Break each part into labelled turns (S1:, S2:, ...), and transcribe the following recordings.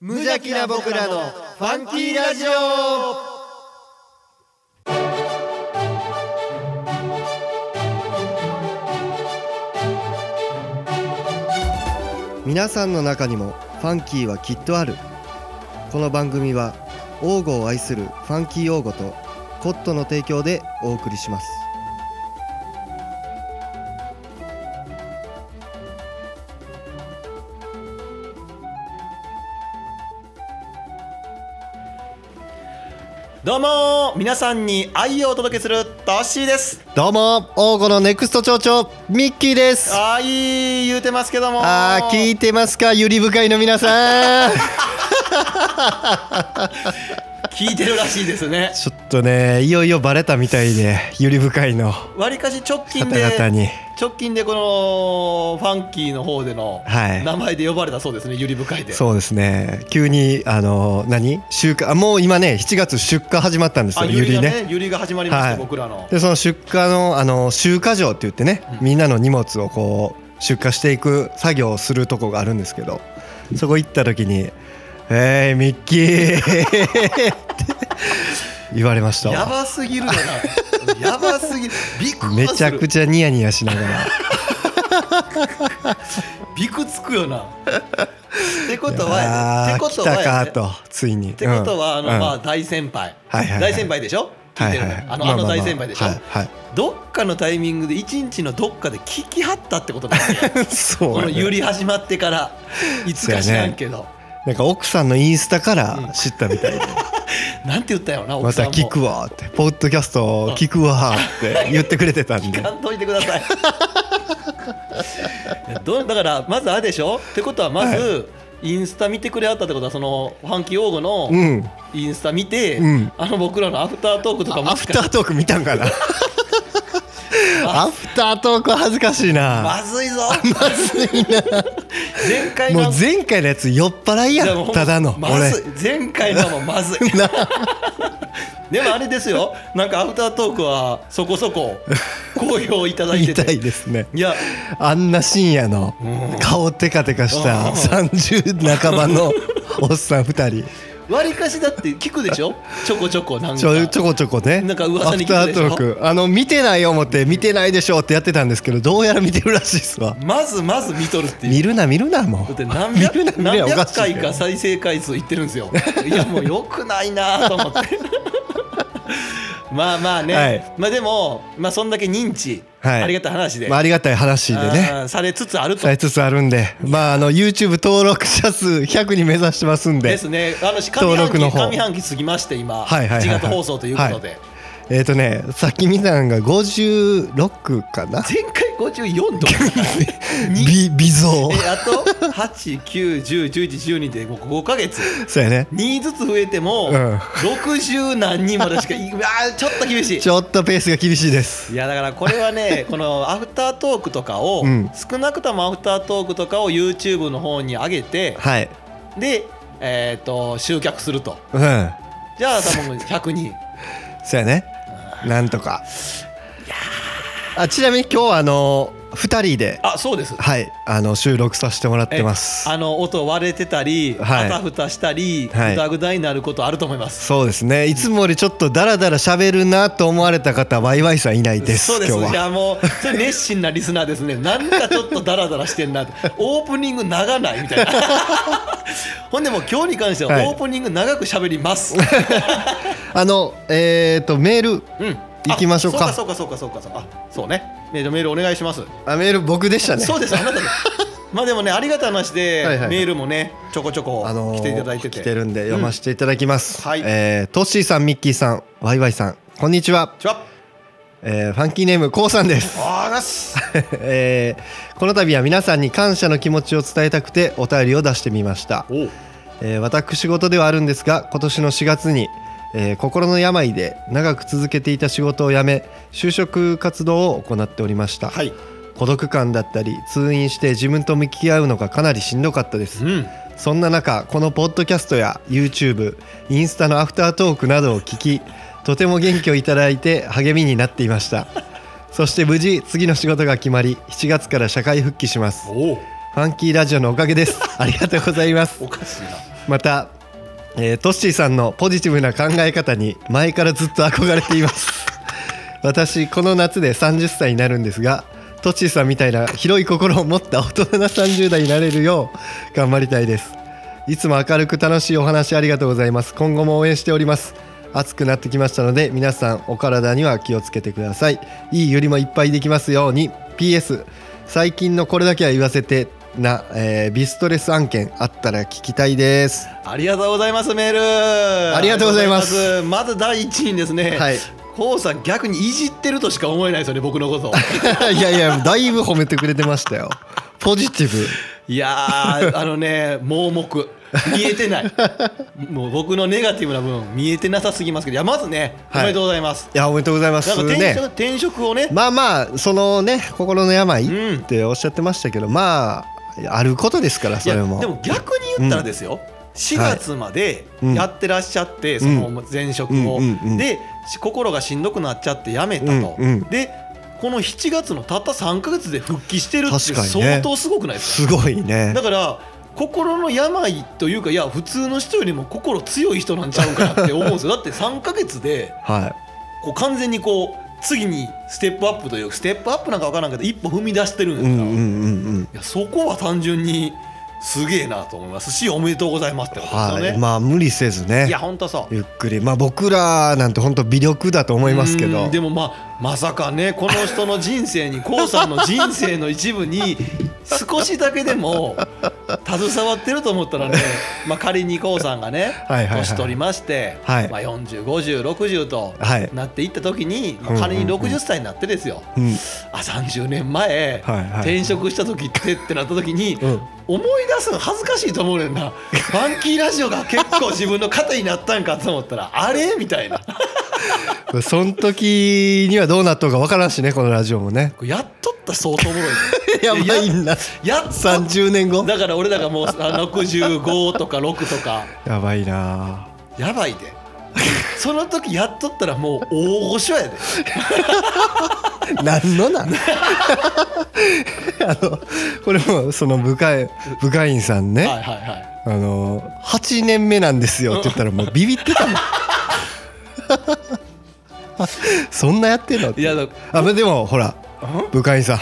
S1: 無邪気な僕らのファンキーラジオ皆さんの中にもファンキーはきっとあるこの番組は王語を愛するファンキー王語とコットの提供でお送りします
S2: どうもー皆さんに愛をお届けするトッシーです
S1: どうも王語のネクスト町長ミッキーです
S2: あーい言うてますけども
S1: あー聞いてますかゆり深いの皆さん
S2: 聞いてるらしいですね
S1: ちょっとねいよいよバレたみたいでゆり深いの
S2: わりかし直近
S1: 方
S2: で
S1: 々に
S2: 直近でこのファンキーの方での
S1: はい
S2: 名前で呼ばれたそうですね、ゆり深いで
S1: そうですね急にあの何収穫あもう今ね7月出荷始まったんです
S2: あ
S1: よ
S2: ゆ
S1: ゆ
S2: り
S1: り
S2: が
S1: ね
S2: ねゆりが始まりました、
S1: はい
S2: 僕らの
S1: でその出荷のあの集荷場って言ってね、
S2: うん
S1: みんなの荷物をこう出荷していく作業をするとこがあるんですけどそこ行った時に「えー、ミッキー」って言われました
S2: や
S1: わ
S2: ばすぎる よなやばすぎるびく
S1: めちゃく
S2: ち
S1: ちゃニヤニヤしながら
S2: びくつくよなって
S1: 「
S2: ことはや
S1: あ
S2: で
S1: ー
S2: ってこと
S1: 来
S2: はや
S1: た
S2: で
S1: か」とついに。っ
S2: ってことは、あの、まあ、
S1: あ
S2: 大先輩、
S1: はいはいはい
S2: 大先輩でしょ聞いてるのよあの、あの大先輩でしょ、
S1: はいはい
S2: どっかのタイミングで一日のどっかで聞きはったってことだよ
S1: そう
S2: こ
S1: や
S2: の
S1: ね
S2: ゆり始まってからいつか知らんけど、
S1: なんか奥さんのインスタか
S2: う
S1: ら
S2: ん
S1: 知ったみたいで
S2: なんて言ったよな
S1: ま
S2: 奥さん
S1: た聞
S2: も
S1: くわってポッドキャスト聞くわって言ってくれてたんで
S2: 聞かんといてください いやどだからまずあれでしょってことはまず、インスタ見てくれはったってことはそのファンキー用語の
S1: うん
S2: インスタ見て、
S1: うん
S2: あの僕らのアフタートークとかも
S1: アフタートーク見たんかなアフタートーク恥ずかしいな
S2: まずい ぞまずい な前回
S1: も
S2: の
S1: う前回のやつ酔っ払い
S2: い
S1: や
S2: やもう
S1: ただの
S2: ま
S1: 俺
S2: ずい前回のも まずいでもあれですよなんかアフタートークはそこそ こ好評いただいて
S1: 痛
S2: て
S1: いですね
S2: いや
S1: あんな深夜の顔テカテカした
S2: うん
S1: 30半ばのおっさん2人
S2: わりかしだって聞くでしょちょこちょこなんか
S1: ちょちょこちょこね
S2: なんか噂に聞
S1: ア
S2: く
S1: フ
S2: で
S1: タ
S2: しょ
S1: ートークあの見てない思って見てないでしょってやってたんですけどどうやら見てるらしいっすわ
S2: まずまず見とるっていう
S1: 見るな見るなも
S2: だっ
S1: う
S2: て何百
S1: 見るな見るな
S2: 何
S1: おかし
S2: 百
S1: いよ
S2: 回か再生回数いってるんですよいやもうよくないなと思って まあまあね、
S1: はい
S2: まあでもまあそんだけ認知、
S1: はい
S2: ありがたい話で、
S1: まあ、ありがたい話でね
S2: あーされつつあると
S1: されつつあるんでまああの YouTube 登録者数100に目指してますんで
S2: ですね。あのし
S1: 登
S2: 上半期
S1: 録の方
S2: 上半期過ぎまして今、
S1: はいはいはいはい
S2: 7月放送ということで、
S1: えっ、とねさっき見たのが56かな
S2: 前回54とか
S1: 微微増
S2: えあと89101112でもう5ヶ月
S1: そうやね
S2: 2ずつ増えても、
S1: うん
S2: 60何人までし かいうわーちょっと厳しい
S1: ちょっとペースが厳しいです
S2: いやだからこれ はねこのアフタートークとかを、
S1: うん
S2: 少なくともアフタートークとかを YouTube の方に上げて
S1: はい
S2: でえっ、と集客すると
S1: うん
S2: じゃあ多分100人
S1: そうやねなんとかあちなみに今日はあの2人で
S2: あそうです
S1: はいあの収録させてもらってます
S2: えあの音割れてたり、
S1: はい
S2: あたふたしたり、ぐ
S1: はい
S2: だぐだになることあると思います。
S1: そうですねいつもよりちょっとダラダラ喋るなと思われた方ワイワイさんいないです
S2: そうです。
S1: 今
S2: い
S1: 日は
S2: やもうそれ熱心なリスナーですね。なんかちょっとダラダラしてんなって。オープニング長ないみたいな。 ほんでもう今日に関しては
S1: はい
S2: オープニング長く喋り ます。
S1: あのえっ、とメール
S2: うん。
S1: 行きましょうか
S2: あそうかそうかそうかそうかそうか。あ、そうね。メールメールお願いします。
S1: あメール僕でしたね
S2: そうです。あ なたで。まあでもねありがたい話で
S1: はいはいはい
S2: メールもねちょこちょこ
S1: あのー
S2: 来ていただいて
S1: 来
S2: て。
S1: てるんで読ませていただきます、
S2: うんはい
S1: えートッシーさんミッキーさんワイワイさんこんにちは、
S2: ちは。
S1: えーファンキーネームこうさんです、
S2: あーなし。
S1: えーこの度は皆さんに感謝の気持ちを伝えたくてお便りを出してみました
S2: おう。
S1: えー私事ではあるんですが今年の4月に、えー心の病で長く続けていた仕事を辞め就職活動を行っておりました、
S2: はい。
S1: 孤独感だったり通院して自分と向き合うのがかなりしんどかったです、
S2: うん。
S1: そんな中このポッドキャストや YouTube インスタのアフタートークなどを聞きとても元気をいただいて励みになっていま したそして無事次の仕事が決まり7月から社会復帰します
S2: おお。
S1: ファンキーラジオのおかげですありがとうございます
S2: おかしいな。
S1: また、えートッシーさんのポジティブな考え方に前からずっと憧れています 私この夏で30歳になるんですがトッシーさんみたいな広い心を持った大人な30代になれるよう頑張りたいですいつも明るく楽しいお話ありがとうございます今後も応援しております暑くなってきましたので皆さんお体には気をつけてくださいいいゆりもいっぱいできますように PS 最近のこれだけは言わせてな、えービストレス案件あったら聞きたいです
S2: ありがとうございますメール
S1: ありがとうございます
S2: ありがとうございますまず第一位にですね、
S1: はい
S2: こうさん逆にいじってるとしか思えないですよね僕 のこと
S1: いやいやだいぶ褒めてくれてましたよポジティブ
S2: いやーあのね盲目見えてない もう僕のネガティブな部分見えてなさすぎますけどいやまずねお
S1: はい
S2: めでとうございます、
S1: いやおめでとうございます
S2: なんか転
S1: ね
S2: 職,、転職をね、
S1: まあまあそのね心の病
S2: う
S1: っ
S2: ん
S1: ておっしゃってましたけど、まああることですから
S2: い
S1: そ
S2: や
S1: れ
S2: で
S1: も
S2: も逆に言ったらですよ、4月まで
S1: うん
S2: やってらっしゃって、その前職を、
S1: うんうんうん
S2: でし心がしんどくなっちゃってやめたと、
S1: うんうん
S2: でこの7月のたった3か月で復帰してるって
S1: 確かにね
S2: 相当すごくないですか
S1: すごいね
S2: だから心の病というかいや普通の人よりも心強い人なんちゃうかなって思う んですよだって3か月で
S1: はい
S2: こう完全にこう次にステップアップというかステップアップなんか分からんけど一歩踏み出してるん
S1: う
S2: です
S1: ん
S2: か
S1: う
S2: ら、
S1: ん
S2: い
S1: うんうん
S2: やそこは単純にすげえなと思いますしおめでとうございますってことですよ
S1: は
S2: ね、
S1: いまあ無理せずね
S2: いや本当そう
S1: ゆっくりまあ僕らなんて本当微力だと思いますけ
S2: う
S1: ど
S2: んでもまあまさかねこの人の人生にこうさんの人生の一部に少しだけでも携わってると思ったらね、まあ、仮にこうさんがね
S1: はいはいはい
S2: 年取りまして、
S1: はい
S2: まあ、405060と
S1: はい
S2: なっていった時に、ま
S1: うんう
S2: あ、
S1: ん
S2: 仮に60歳になってですよ、
S1: うん
S2: あ30年前、
S1: はいはい
S2: 転職した時ってってなった時に、
S1: うん
S2: 思い出すの恥ずかしいと思うねんなファンキーラジオが結構自分の肩になったんかと思ったらあれみたいな。
S1: その時にはどうなっとうかわからんしねこのラジオもね
S2: これやっとったら相当おも ろいね
S1: やばいんだ
S2: やっと
S1: 30年後
S2: だから俺らがもうあ65とか6とか
S1: やばいな
S2: やばいでその時やっとったらもう大御所やで
S1: 何のなん あのこれもその部会部会員さんね、
S2: はいはいはい
S1: あの8年目なんですよって言ったらもうビビってたもんそんな やってんのって
S2: いやだ
S1: あでもほら部会員さん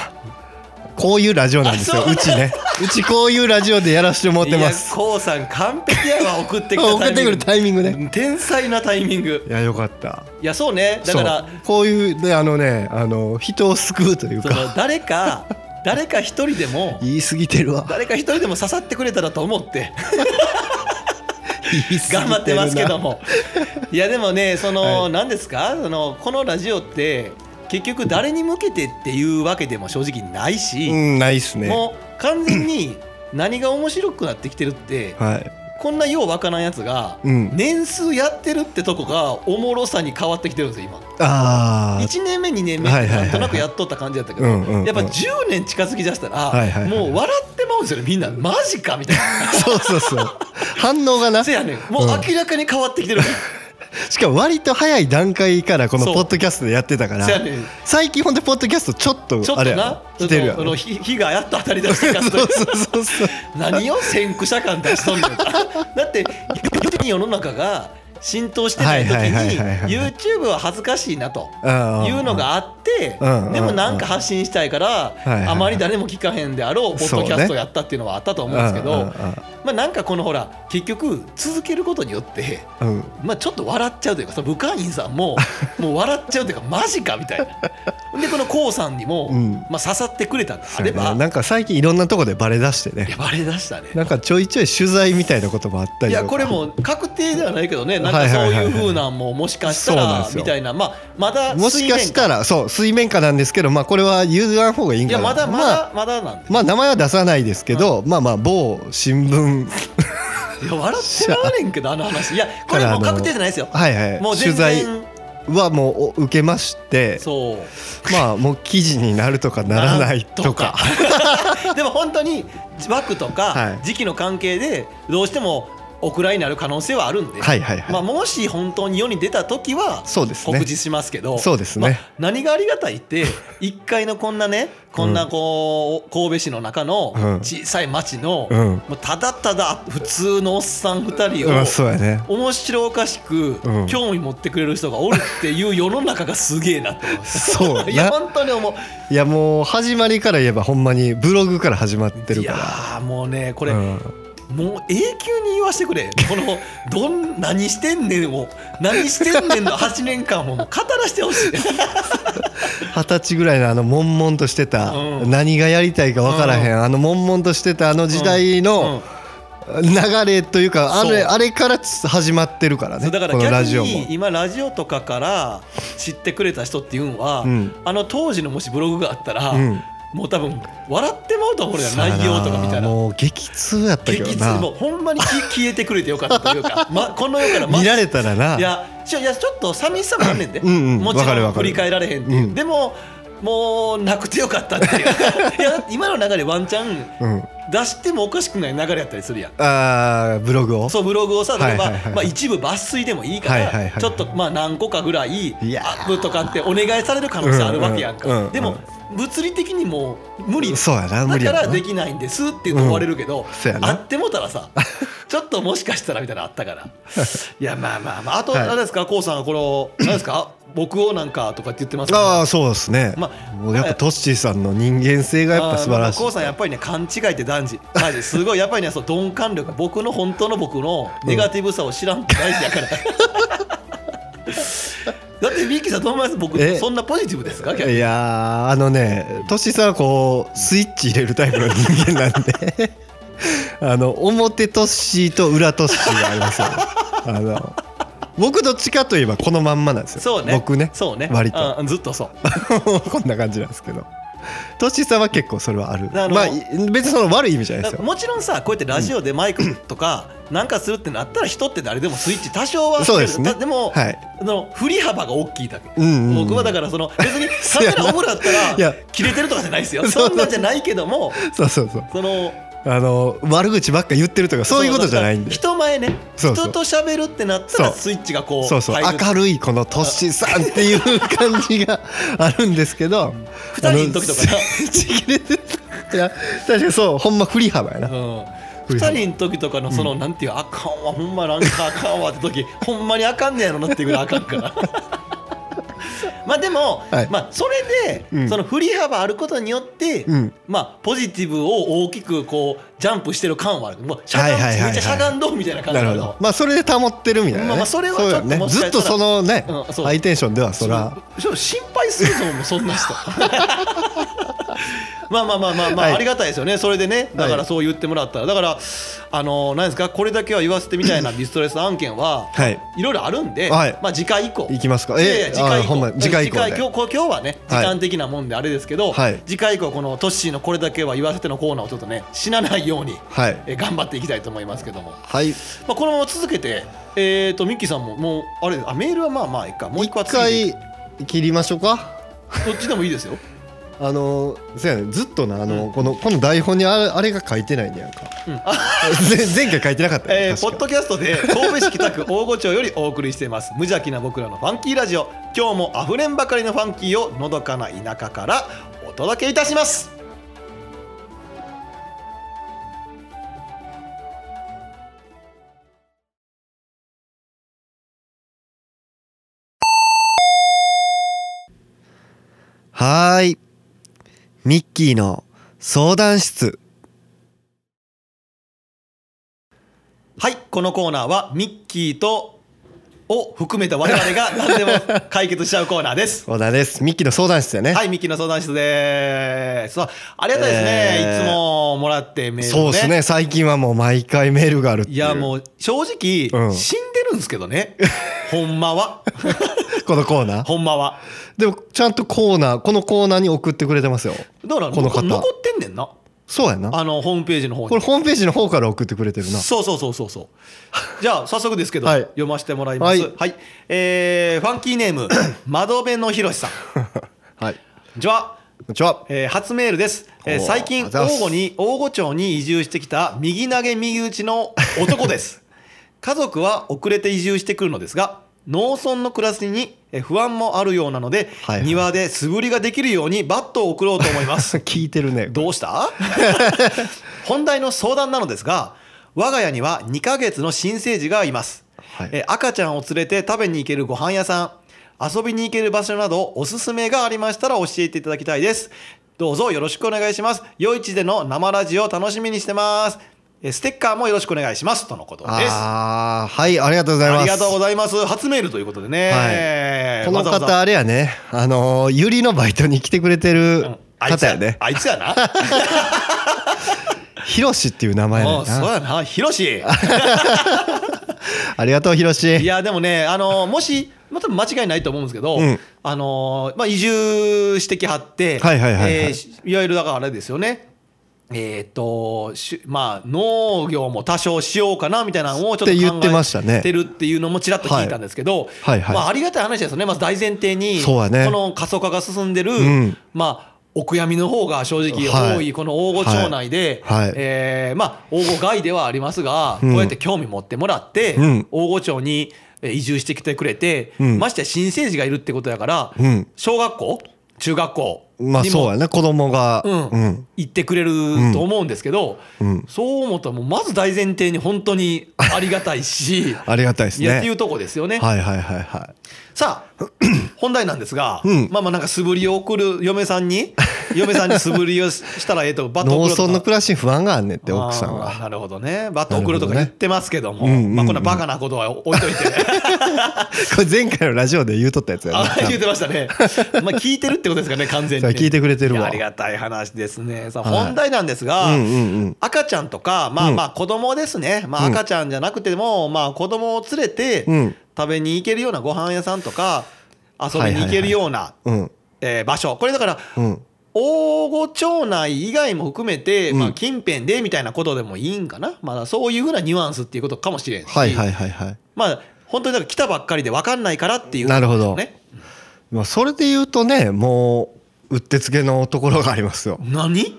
S1: こういうラジオなんですよ
S2: あそう
S1: うちねうちこういうラジオでやらしてもらってます
S2: いやこうさん完璧やわ 送ってきた
S1: 送ってくるタイミングね
S2: 天才なタイミング
S1: いやよかった
S2: いやそうねだから
S1: そうこういうねあのねあの人を救うという
S2: そ
S1: か
S2: の誰か誰か一人でも
S1: 言い過ぎてるわ
S2: 誰か一人でも刺さってくれたらと思って
S1: 言い過ぎてる
S2: 頑
S1: な
S2: 張ってますけどもいやでもねその、
S1: は
S2: 何ですかそのこのラジオって結局誰に向けてっていうわけでも正直ないし、
S1: うんないっすね
S2: もう完全に何が面白くなってきてるって
S1: はい
S2: こんなようわからんやつが、
S1: うん
S2: 年数やってるってとこがおもろさに変わってきてるんですよ今
S1: あ
S2: 1年目2年目っ
S1: はい
S2: て
S1: はいはいは
S2: ないんとなくやっとった感じだったけど、
S1: うんうんうん
S2: やっぱ10年近づきだしたら、
S1: はいはいはい
S2: もう笑ってまうんですよねみんなマジかみたいな。
S1: あそうそうそう反応がな
S2: せやねんもう明らかに変わってきてる、
S1: しかも割と早い段階からこの
S2: そう
S1: ポッドキャストでやってたから
S2: せやねん
S1: 最近ほんでポッドキャストちょっ
S2: ち
S1: と
S2: ょっ
S1: あ
S2: と
S1: れ
S2: な
S1: や、来てるや
S2: そ
S1: ろ
S2: の火火がやっと当たりだしてか
S1: そうそうそうそう
S2: 何を先駆者感出しと んねんだって逆に世の中が浸透してない時
S1: はいはいはい
S2: に
S1: はいはい
S2: YouTube は恥ずかしいなと
S1: ああ
S2: いうのがあって
S1: うん
S2: でもなんか発信したいから
S1: いはいはい
S2: あまり誰も聞かへんであろうポッドキャストをやったっていうのはあったと思うんですけ
S1: うんう
S2: ど
S1: ん
S2: まあなんかこのほら結局続けることによって
S1: うんうん
S2: まあ、ちょっと笑っちゃうというかその部下員さ んももう笑っちゃうというかマジかみたいなでこの k o さんにも、
S1: うん
S2: まあ、刺さってくれたんであ
S1: そう
S2: れ
S1: や
S2: ば、
S1: ななんか最近いろんなとこでバレだして
S2: い
S1: ね
S2: やバレだしたね
S1: なんかちょいちょい取材みたいなこともあった
S2: い
S1: りとか
S2: やこれも確定ではないけどねなんかそういうふうなんももしかし
S1: そ
S2: た
S1: うなん
S2: ら
S1: ですよ
S2: みたいな、まあ、まだ
S1: もしかしたらそう水面下なんですけどまあこれは言わん方がいいん
S2: 水面下い
S1: か
S2: や
S1: な
S2: まだまだ、
S1: あ
S2: まだなんで、
S1: まあ名前は出さないですけど、まあまあ某新聞
S2: いや笑ってられんけどあの話いやこれもう確定じゃないですよ
S1: はいはい
S2: もう
S1: 取
S2: 全
S1: 材
S2: 然
S1: はもうお受けまして
S2: そう
S1: まあもう記事になるとかならないとか
S2: でも本当に枠と
S1: は
S2: か
S1: い
S2: 時期の関係でどうしてもお蔵になる可能性はあるんで、
S1: はいはいはい、
S2: まあ、もし本当に世に出た時は
S1: そうですね
S2: 告知しますけど、
S1: そうです
S2: まあ
S1: ね、
S2: 何がありがたい って1階のこんなねこんなこう神戸市の中の
S1: うん
S2: 小さい町の
S1: うん
S2: もうただただ普通のおっさん2人
S1: うん
S2: を
S1: そうやね
S2: 面白おかしく
S1: うん
S2: 興味持ってくれる人がおるっていう世の中がすげえな と思います。
S1: そうやない
S2: や本当に思う
S1: いやもう始まりから言えばほんまにブログから始まってる
S2: いや
S1: か
S2: ーもうねこ
S1: ら
S2: れ、
S1: うん
S2: もう永久に言わせてくれ このどん何してんねんを何してんねんの8年間をもう語らせて ほしい
S1: 二十歳ぐらいのあの悶々としてた、
S2: うん
S1: 何がやりたいか分からへん、あの悶々としてたあの時代
S2: うん
S1: の流れというか、あれ
S2: そう
S1: あれから始まってるから
S2: そ
S1: ね
S2: うだから
S1: このラ
S2: 逆
S1: ジオ
S2: に
S1: も。
S2: 今ラジオとかから知ってくれた人っていうのは、
S1: うん
S2: あの当時のもしブログがあったら、
S1: うん
S2: もう多分笑ってまうと思うよ内容とかみたいな。
S1: もう激痛やったけ
S2: 激
S1: ど
S2: 痛
S1: な
S2: もうほんまにき 消えてくれてよかったというか、ま、この世からま
S1: 見られたらない
S2: やちょいやちょっと寂しさもあんねんで
S1: うんうん
S2: もち
S1: わかる
S2: ろん
S1: わか
S2: 振
S1: る
S2: り返られへんっていう、
S1: うん
S2: でももうなくてよかったっていういや今の流れワンチャン
S1: うん、
S2: 出してもおかしくない流れやったりするやん
S1: あーブログを
S2: そうブログをさ
S1: はい
S2: 例えば、
S1: はいはい
S2: まあ、一部抜粋でもいいか
S1: は
S2: ら、
S1: いはいはいはい
S2: ちょっとまあ何個かぐらいア
S1: いやー
S2: ップとかってお願いされる可能性あるわけやんか、
S1: うんうんうん
S2: でも物理的にもう無理
S1: そうやな無
S2: だ
S1: 理
S2: か
S1: やな
S2: らできないんですって言われるけど、
S1: そうやな
S2: あってもたらさちょっともしかしたらみたいなのあっ たからいやまあまあまああと
S1: はい
S2: 何ですか、こうさんがこの何ですか僕をなんかとかって言ってますけど
S1: ああそうですね、
S2: ま
S1: もうやっぱトッシーさんの人間性がやっぱ素晴らしい
S2: あーまあまあこうさんやっぱりね勘違いって男児大事すごいやっぱりねそう鈍感力僕の本当の僕のネガティブさを知らんって大事 やから、だってミッキーさんどう思います僕
S1: え
S2: そんなポジティブですか逆に
S1: いやーあのねトシさんはこうスイッチ入れるタイプの人間なんで あの表トッシーと裏トッシーがありますよねあの僕どっちかといえばこのまんまなんですよ
S2: そうね
S1: 僕ね
S2: そうね
S1: 割と
S2: うんずっとそう
S1: こんな感じなんですけどトシさんは結構それはある
S2: なるほど
S1: まあい別にその悪い意味じゃないですよ
S2: もちろんさこうやってラジオでマイクとかなんかするってなったら人って誰でもスイッチ多少は
S1: そうですね
S2: たでも、
S1: はい
S2: あの振り幅が大きいだけ、
S1: うんうんうん
S2: 僕はだからその別にカメラオフだった
S1: いや
S2: ら切れてるとかじゃないですよそんなんじゃないけども
S1: そうそうそう
S2: その
S1: あの悪口ばっか言ってるとかそういうことじゃないんで
S2: 人前ね
S1: そうそう
S2: 人と喋るってなったら
S1: そう
S2: スイッチがこう
S1: そうそう
S2: 入る
S1: 明るいこのトッシーさんっていう感じがあるんですけど
S2: 二人の時とか
S1: あのちぎれてたいや確かにそうほんま振り幅やな、
S2: うん
S1: 振
S2: 二
S1: り幅
S2: 人の時とかのその、なんていうあかんわほんまなんかあかんわって時ほんまにあかんねやろなっていうぐらいあかんから まあでも、
S1: はい
S2: まあ、それで、
S1: うん
S2: その振り幅あることによって、
S1: うん
S2: まあ、ポジティブを大きくこうジャンプしてる感はあるもうしゃがん
S1: はいはいはいはい
S2: めっちゃしゃがんどうみたいな感じ
S1: なる
S2: だ
S1: ほ
S2: け
S1: どまあそれで保ってるみたいな、ね
S2: まあまあそれはちょっと
S1: うだね
S2: もしか
S1: ずっ
S2: した
S1: とそ
S2: ら
S1: のね、
S2: うんそう
S1: ハイテンションではそら
S2: ちょっと心配するぞもうそんな 人まあまあまあまあまあ、
S1: はい
S2: ありがたいですよねそれでねだか
S1: は
S2: ら
S1: い
S2: そう言ってもらったらだからあの何ですかこれだけは言わせてみたいなディストレス案件は
S1: はい
S2: いろいろあるんで、
S1: はい
S2: まあ次回以降
S1: いきますかえ
S2: いやいや次
S1: あ
S2: 回以
S1: ほんま
S2: 降
S1: 次回以降で
S2: 今日こ今日はね時
S1: はい
S2: 間的なもんであれですけど、
S1: はい
S2: 次回以降このトッシーのこれだけは言わせてのコーナーをちょっとね死なないように、
S1: はい
S2: え頑張っていきたいと思いますけども、
S1: はい
S2: まあ、このまま続けてえー、とミッキーさんももうあれあメールはまあまあいいかもう一個は
S1: 一
S2: 次でいい
S1: 回切りましょうか
S2: どっちでもいいですよ
S1: あのそうやねずっとなあの、このこの台本にあれあれが書いてないんやんか、
S2: うん
S1: 前前回書いてなかったよ
S2: えー、ポ
S1: 確か
S2: ッドキャストで神戸市北区大御町よりお送りしています無邪気な僕らのファンキーラジオ今日もあふれんばかりのファンキーをのどかな田舎からお届けいたします
S1: はーいミッキーの相談室
S2: はいこのコーナーはミッキーとを含めた我々 が何でも解決しちゃうコーナーです
S1: 小田ですミッキーの相談室やね、
S2: はいミッキーの相談室ですそうありがたいですね、
S1: えー
S2: いつももらってメール
S1: そう
S2: を
S1: ですね最近はもう毎回メールがあるっていう
S2: いやもう正直、
S1: うん
S2: 死んでるんですけど ねほんまは
S1: このコーナー
S2: ほんまは
S1: でもちゃんとコーナーこのコーナーに送ってくれてますよ
S2: だから
S1: この方
S2: 残ってんねんな
S1: そうやな
S2: あのホームページの方に
S1: これホームページの方から送ってくれてるな
S2: そうそうそうそうそう じゃあ早速ですけど、
S1: はい
S2: 読ませてもらいますは
S1: はいい、
S2: えーファンキーネー ム窓辺のひろしさん
S1: はいこ
S2: じゃあ
S1: んにちは
S2: えー初メールです、えー
S1: おー
S2: 最近
S1: ありがとうござい
S2: 大
S1: ます
S2: 御に大御町に移住してきた右投げ右打ちの男です家族は遅れて移住してくるのですが農村の暮らしにえ不安もあるようなので、
S1: はいはい
S2: 庭で素振りができるようにバットを送ろうと思います
S1: 聞いてるね
S2: どうした 本題の相談なのですが我が家には2ヶ月の新生児がいます
S1: はい
S2: えー赤ちゃんを連れて食べに行けるご飯屋さん遊びに行ける場所などおすすめがありましたら教えていただきたいですどうぞよろしくお願いします夜市での生ラジオ楽しみにしてますえーステッカーもよろしくお願いしますとのことですあ
S1: ああはいありがとうございます
S2: りがとうございます初メールということでね、
S1: この
S2: わざわ
S1: 方
S2: ざ
S1: あれやねあのーゆりのバイトに来てくれて
S2: うん
S1: る
S2: あい
S1: 方
S2: つや
S1: やね
S2: あいつやな
S1: ひろしっていう名前やね
S2: うん
S1: ん
S2: そう
S1: な
S2: やなひろし
S1: ありがとうひろ
S2: い
S1: し
S2: やでもね、あのもし、まあ、多分間違いないと思うんですけど、
S1: うん
S2: あのまあ、移住してきはって、
S1: はいはいはいはい
S2: えーしいわゆるだからあれですよね、えーっとしまあ、農業も多少しようかなみたいなのをちょっと考え
S1: って言ってましたね
S2: てるっていうのもちらっと聞いたんですけど、
S1: はいはい
S2: まあ、ありがたい話ですよね、まず大前提に、
S1: そうやね
S2: この過疎化が進んでる、
S1: ん
S2: まあ、お悔やみの方が正直
S1: はい
S2: 多い、この大御町内で、
S1: はいはい
S2: えーまあ、大御外ではありますが、
S1: うん
S2: こうやって興味持ってもらって、
S1: うん
S2: 大御町にえー移住してきてくれて、
S1: うん
S2: ましてや新生児がいるってことやから、
S1: うん
S2: 小学校中学校にも、
S1: まあそうやね子供が
S2: うん
S1: うん
S2: 行ってくれると思うんですけど、
S1: うん
S2: そう思ったらもうまず大前提に本当にありがたいし
S1: ありがたい です
S2: いやってい
S1: ね
S2: うとこですよね。
S1: はいはいはいは
S2: さあ 本題なんですが、
S1: うん
S2: まあまあなんか素振りを送る嫁さ んに嫁さんに素振りをしたらええとバ
S1: い
S2: ット
S1: 農
S2: 送ろうと
S1: 村
S2: か
S1: の暮らしに不安があんねんって奥さん
S2: あー
S1: は
S2: なるほどねバット送るとか言ってますけども
S1: なるほどねうんうんうん
S2: まあ、こんなバカなことは置いといて、
S1: これ前回のラジオで言うとったやつや
S2: あ
S1: ね
S2: 言ってまし たね。まあ聞いてるってことですかね、完全
S1: そ
S2: に、
S1: う聞いてくれてるわ
S2: いやありがたい話ですね。さあ、
S1: はい
S2: 本題なんです
S1: う
S2: が、
S1: んうんうん
S2: 赤ちゃんとか、まあ
S1: うん
S2: まあ子供ですね。まあ
S1: うん
S2: 赤ちゃんじゃなくても、まあ子供を連れて
S1: うん
S2: 食べに行けるようなご飯屋さんとか、遊びに行けるような
S1: うん
S2: えー場所。これだから、
S1: うん
S2: 大御町内以外も含めて、
S1: うん
S2: まあ近辺でみたいなことでもいいんかな。まあそういうふうなニュアンスっていうことかもしれんし。
S1: はいはいはいはい
S2: まあ本当にだから来たばっかりで分かんないからっていう、
S1: なるほど
S2: ね。
S1: まあそれで言うとねもううってつけのところがありますよ
S2: 何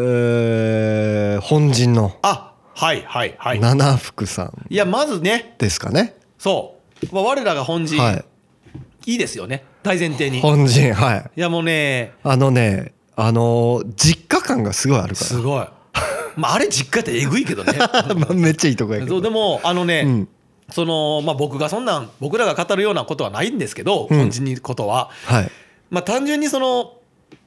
S1: えー本陣の
S2: あはいはいはい。
S1: 七福さん
S2: いやまずね
S1: ですかね
S2: そう、まあ、我らが本陣、、
S1: はい
S2: いですよね大前提
S1: い
S2: に。い
S1: 本陣はい
S2: やもうね
S1: あのねあのー実家感がすごいあるか
S2: すごい。まああれ実家ってえぐい けどね。
S1: ら まあめっちゃいいとこやけ
S2: そう
S1: ど
S2: でもあのね、
S1: うん
S2: そのまあ、僕がそんなん僕らが語るようなことはないんですけど、
S1: うん
S2: 本陣にことは、
S1: はい
S2: まあ、単純にその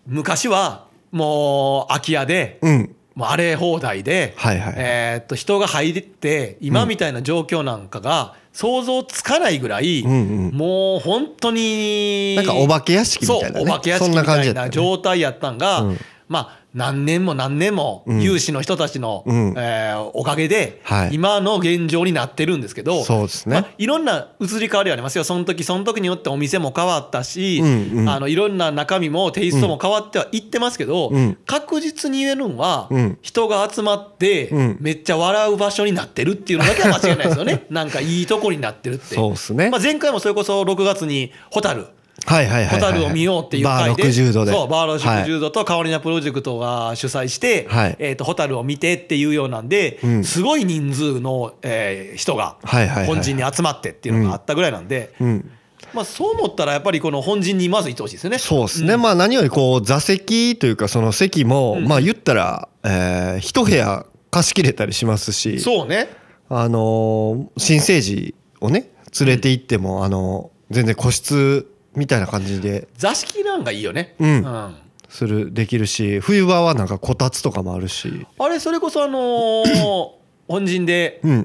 S2: 昔はもう空き家で、
S1: うん
S2: もう荒れ放題で、
S1: はいはい
S2: えーっと人が入って今みたいな状況なんかが想像つかないぐらい、
S1: うんうん
S2: もう本当に
S1: なんかお化け屋敷みたいなね
S2: そうお化け屋敷
S1: そん
S2: み
S1: な感
S2: た
S1: じや
S2: い
S1: ったね
S2: な状態やったんが、
S1: うん
S2: まあ何年も何年も
S1: うん
S2: 有志の人たちの、
S1: うん
S2: えーおかげで、
S1: はい
S2: 今の現状になってるんですけど
S1: そうですね
S2: まあ、いろんな移り変わりありますよその時その時によってお店も変わったし、
S1: うんうん
S2: あのいろんな中身もテイストも変わってはいってますけど、
S1: うん
S2: 確実に言えるんは、
S1: うん
S2: 人が集まって、
S1: うん
S2: めっちゃ笑う場所になってるっていうのだけは間違いないです よねなんかいいとこになってるって。
S1: そうっすね
S2: まあ、前回もそれこそ6月にホタル
S1: はいはいは
S2: ホ
S1: いは
S2: タ
S1: い
S2: ルを見ようっていう回で、
S1: バー60度で
S2: そうバーロ
S1: はい
S2: 60度とカオリナプロジェクトが主催して、
S1: はい
S2: えー、とホタルを見てっていうようなんで、
S1: うん
S2: すごい人数の、えー人が
S1: はいはいはい
S2: 本陣に集まってっていうのがあったぐらいなんで、
S1: うん
S2: まあ、そう思ったらやっぱりこの本陣にまずいてほしいですよね。
S1: そうですね、まあ何よりこう座席というかその席も、まあ言ったら、えー一部屋貸し切れたりしますし
S2: そうね
S1: あのー新生児をね連れて行っても、あのー全然個室みたいな感じで
S2: 座敷なんかいいよね、
S1: うん
S2: あ
S1: するできるし冬場はなんかこたつとかもあるし
S2: れそれこそあの ー本陣で、
S1: うん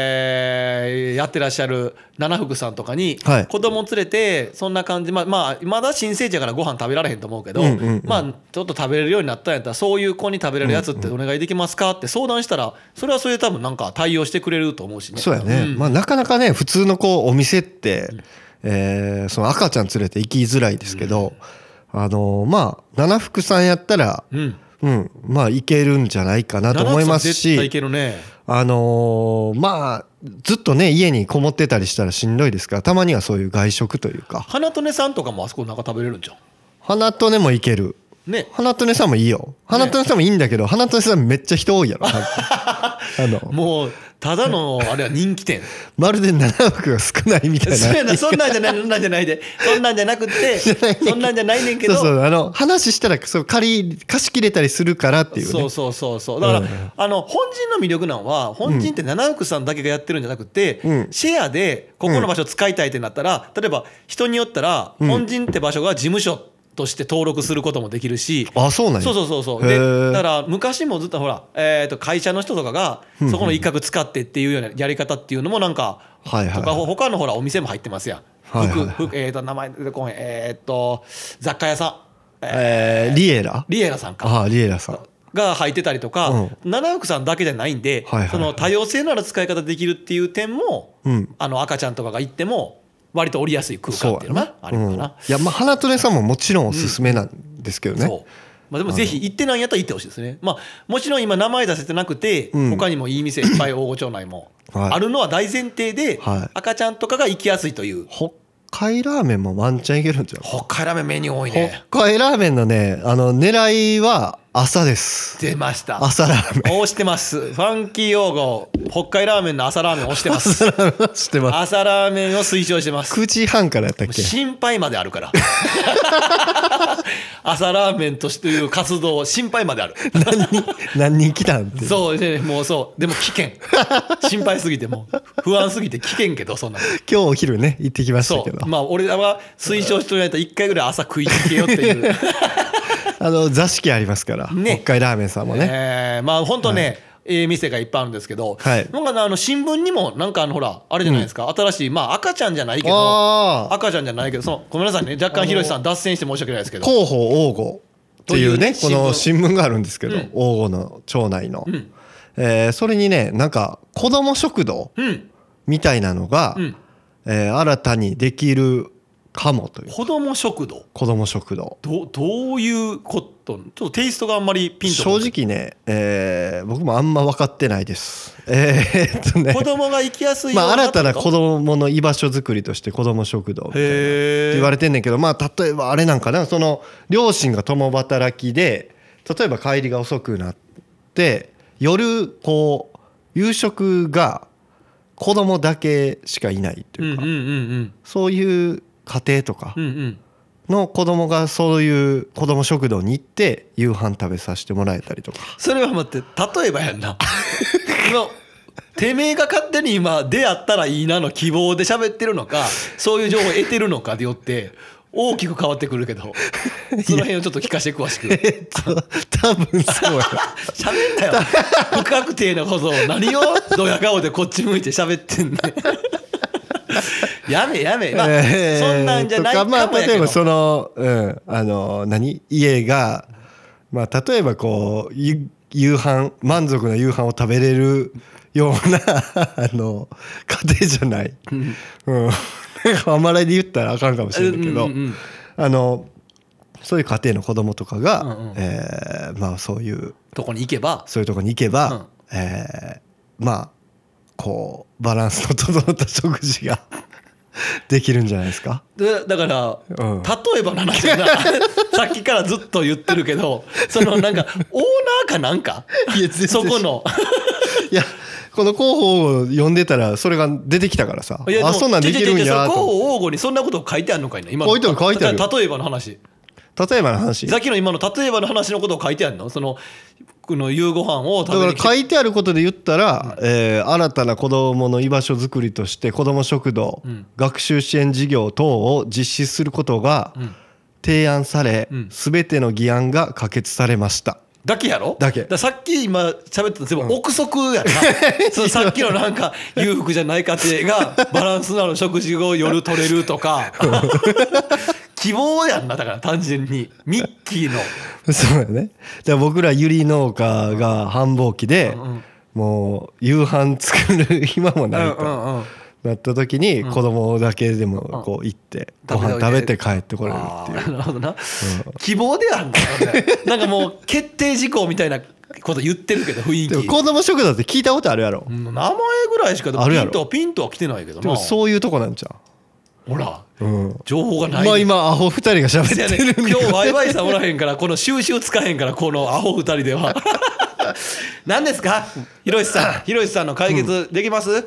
S2: えーやってらっしゃる七福さんとかに
S1: はい
S2: 子供連れてそんな感じ、まあまあ、まだ新生児やからご飯食べられへんと思うけど、
S1: うんうんうん
S2: まあ、ちょっと食べれるようになったんやったらそういう子に食べれるやつってお願いできますかって相談したらそれはそれで多分なんか対応してくれると思うしね。
S1: そうやね、
S2: ん
S1: まあなかなかね普通のこうお店って、えーその赤ちゃん連れて行きづらいですけど、あのーまあ七福さんやったら
S2: うん、
S1: うんまあ行けるんじゃないかなと思います
S2: 七福さん絶対い
S1: し
S2: けるね
S1: あのーまあずっとね家にこもってたりしたらしんどいですからたまにはそういう外食というか
S2: 花とねさんとかもあそこなんか食べれるんじゃん
S1: 花とねも行ける
S2: ね
S1: 花とね さんもいいよ花とねさんもいいんだけど花とねさんめっちゃ人多いやろあの
S2: もうただのあれは人気店
S1: まるで7億が少ないみたい
S2: そうや
S1: な
S2: なそんなんじゃないそんなんじゃないでそんなんじゃなく って
S1: ゃないねんけど
S2: そんなんじゃないねんけ
S1: そ
S2: ど
S1: うそうあの話したらそう借り貸し切れたりするからっていうね
S2: そうそうそうそうだから、
S1: うん
S2: あの本人の魅力なんは本人って七福さんだけがやってるんじゃなくて、
S1: うん
S2: シェアでここの場所使いたいってなったら、例えば人によったら
S1: うん
S2: 本人って場所が事務所として登録することもできるし、
S1: あそうなんや
S2: そうそうそうそう
S1: へ
S2: で
S1: ー
S2: だから昔もずっとほら、えー、と会社の人とかが
S1: うん
S2: そこの一角使ってっていうようなやり方っていうのもなんか、
S1: はいはい
S2: とかほ他のほらお店も入ってますやん、
S1: はいはいはい
S2: 服服えー、と名前出てこんえー、と雑貨屋さん、えー
S1: えーリエラ
S2: リエラさんか
S1: ああリエラさん
S2: が入ってたりとか、七福さんだけじゃないんで、
S1: はいはいはい
S2: その多様性のある使い方できるっていう点も、
S1: うん
S2: あの赤ちゃんとかが行っても割と折りやすい空間っていうのがある
S1: う
S2: の
S1: ん
S2: か
S1: い
S2: な。
S1: やまあ花トレさんももちろんおすすめなんですけどね、
S2: そうまあ、でもぜひ行ってないんやったら行ってほしいですね、まあ、もちろん今名前出せてなくて、
S1: うん
S2: 他にもいい店いっぱい大御町内も
S1: はい
S2: あるのは大前提で、
S1: はい
S2: 赤ちゃんとかが行きやすいという
S1: 北海ラーメンもワンチャンいけるんちゃう
S2: 北海ラーメンメニュー多いね
S1: 北海ラーメンのねあの狙いは朝です
S2: 出ました
S1: 朝ラーメン
S2: 押してますファンキー用語北海ラーメンの朝ラーメン押し てます
S1: 朝ラーメンは知ってます
S2: 朝ラーメンを推奨してます
S1: 9時半からやったっけ
S2: 心配まであるから 朝ラーメンとしていう活動心配まである
S1: 何人何人来たんって
S2: そうねもうそうでも危険 心配すぎてもう不安すぎて危険けどそんなの
S1: 今日お昼ね行ってきました
S2: そ
S1: けど
S2: うまあ俺らは推奨してもらえたら1回ぐらい朝食いに行けよっていうね
S1: あの座敷ありますから、
S2: ね
S1: 北海ラーメン さんもね、
S2: えーまあ本当ね、ええ店がいっぱいあるんですけど、
S1: はい
S2: なんかあの新聞にもなんかあのほらあれじゃないですか、新しいまあ赤ちゃんじゃないけど
S1: ああ
S2: 赤ちゃんじゃないけどそのごめんなさいね若干ひろしさん脱線して申し訳ないですけど
S1: 広報王吾っていうね
S2: と
S1: こ
S2: いうね
S1: の新聞があるんですけど、
S2: うん
S1: 王吾の町内の、
S2: うん
S1: えーそれにねなんか子ども食堂
S2: うん
S1: みたいなのが、
S2: うん
S1: えー新たにできるかもという
S2: 子供食堂
S1: 子ども食堂
S2: どどういうことちょっとテイストがあんまりピンと
S1: 正
S2: こない
S1: 直ね、えー僕もあんま分かってないですえーえっとね
S2: 子供が行きやすい
S1: まあ新たな子
S2: 供
S1: どもの居場所づくりとして子ども食堂みたいなって
S2: へ
S1: 言わ
S2: え
S1: れてんねんけどまあ例えばあれなんかなその両親が共働きで例えば帰りが遅くなって夜こう夕食が子供だけしかいないって
S2: うん
S1: いううんか、
S2: うんうん
S1: そういう家庭とか
S2: うんうん
S1: の子供がそういう子供食堂に行って夕飯食べさせてもらえたりとか
S2: それは待って例えばやんなのてめえが勝手に今出会ったらいいなの希望で喋ってるのかそういう情報を得てるのかでよって大きく変わってくるけどその辺をちょっと聞かせて詳しく
S1: えっと多分そうや
S2: 喋んなよ不確定なことを何をドヤ顔でこっち向いて喋ってんねんやめやめ、まあ
S1: えー
S2: そんなんじゃないかもや
S1: とまあ、
S2: けど
S1: 例えばその、うん、あの何家が、まあ、例えばこうゆ夕飯満足な夕飯を食べれるような あの家庭じゃない、
S2: うん
S1: うん、 なんかあまりで言ったらあかんかもしれないけど、
S2: うんうんうん
S1: あのそういう家庭の子供とかが、
S2: うんうん
S1: えーまあ、そういう
S2: とこに行けば
S1: そういうとこに行けば、えーまあこうバランスの整った食事が できるんじゃないですか。
S2: でだから、
S1: うん
S2: 例えばの話だな さっきからずっと言ってるけどそのなんかオーナーかなんか
S1: いや全然
S2: そこの
S1: いやこの候補を呼んでたらそれが出てきたからさ
S2: いやでも
S1: あそんなんできるん
S2: 違う違う違う
S1: や
S2: そ
S1: と
S2: こを黄金にそんなこと書いてあるのかいな今の
S1: 書いてある書いてある
S2: 例えばの話
S1: 例えばの話
S2: さ
S1: だ
S2: っきの今の例えばの話のことを書いてあるのそのこの夕ご飯を食
S1: か
S2: べ
S1: ら
S2: に来て
S1: 書いてあることで言ったら、えー新たな子どもの居場所づくりとして子ども食堂、
S2: うん
S1: 学習支援事業等を実施することが
S2: うん
S1: 提案され、
S2: うん
S1: すべ全ての議案が可決されました。
S2: だけやろ
S1: だけ
S2: らさっき今喋ってた全部憶測やな、 そのさっきのなんか裕福じゃない家庭がバランスのある食事を夜取れると か希望やんなだから単純にミッキーの
S1: そうやね。で僕らゆり農家が繁忙期で、
S2: うんうん
S1: もう夕飯作る暇もないと、
S2: うんうんうん
S1: なった時に子供だけでもこう行って
S2: うん
S1: ご飯食べて帰ってこれる
S2: あ
S1: っていう。
S2: ーなるほどな、希望ではあんだよねなんかもう決定事項みたいなこと言ってるけど雰囲気
S1: でも子供食堂って聞いたことあるやろ
S2: う。ん名前ぐらいしかでも
S1: ある
S2: ピ
S1: や
S2: ン
S1: ろ
S2: とはピンとは来てないけど
S1: でも
S2: な
S1: そういうとこなんじゃ
S2: ほら
S1: ん。うん。
S2: 情報がないね、
S1: まあ今アホ二人が喋っ
S2: せ
S1: て
S2: や
S1: る
S2: ね
S1: んだけ
S2: 今
S1: ど
S2: 日ワイワイさんおらへんからこの収集つかへんからこのアホ二人では何ですかひろしさんひろしさんの解決できます、遊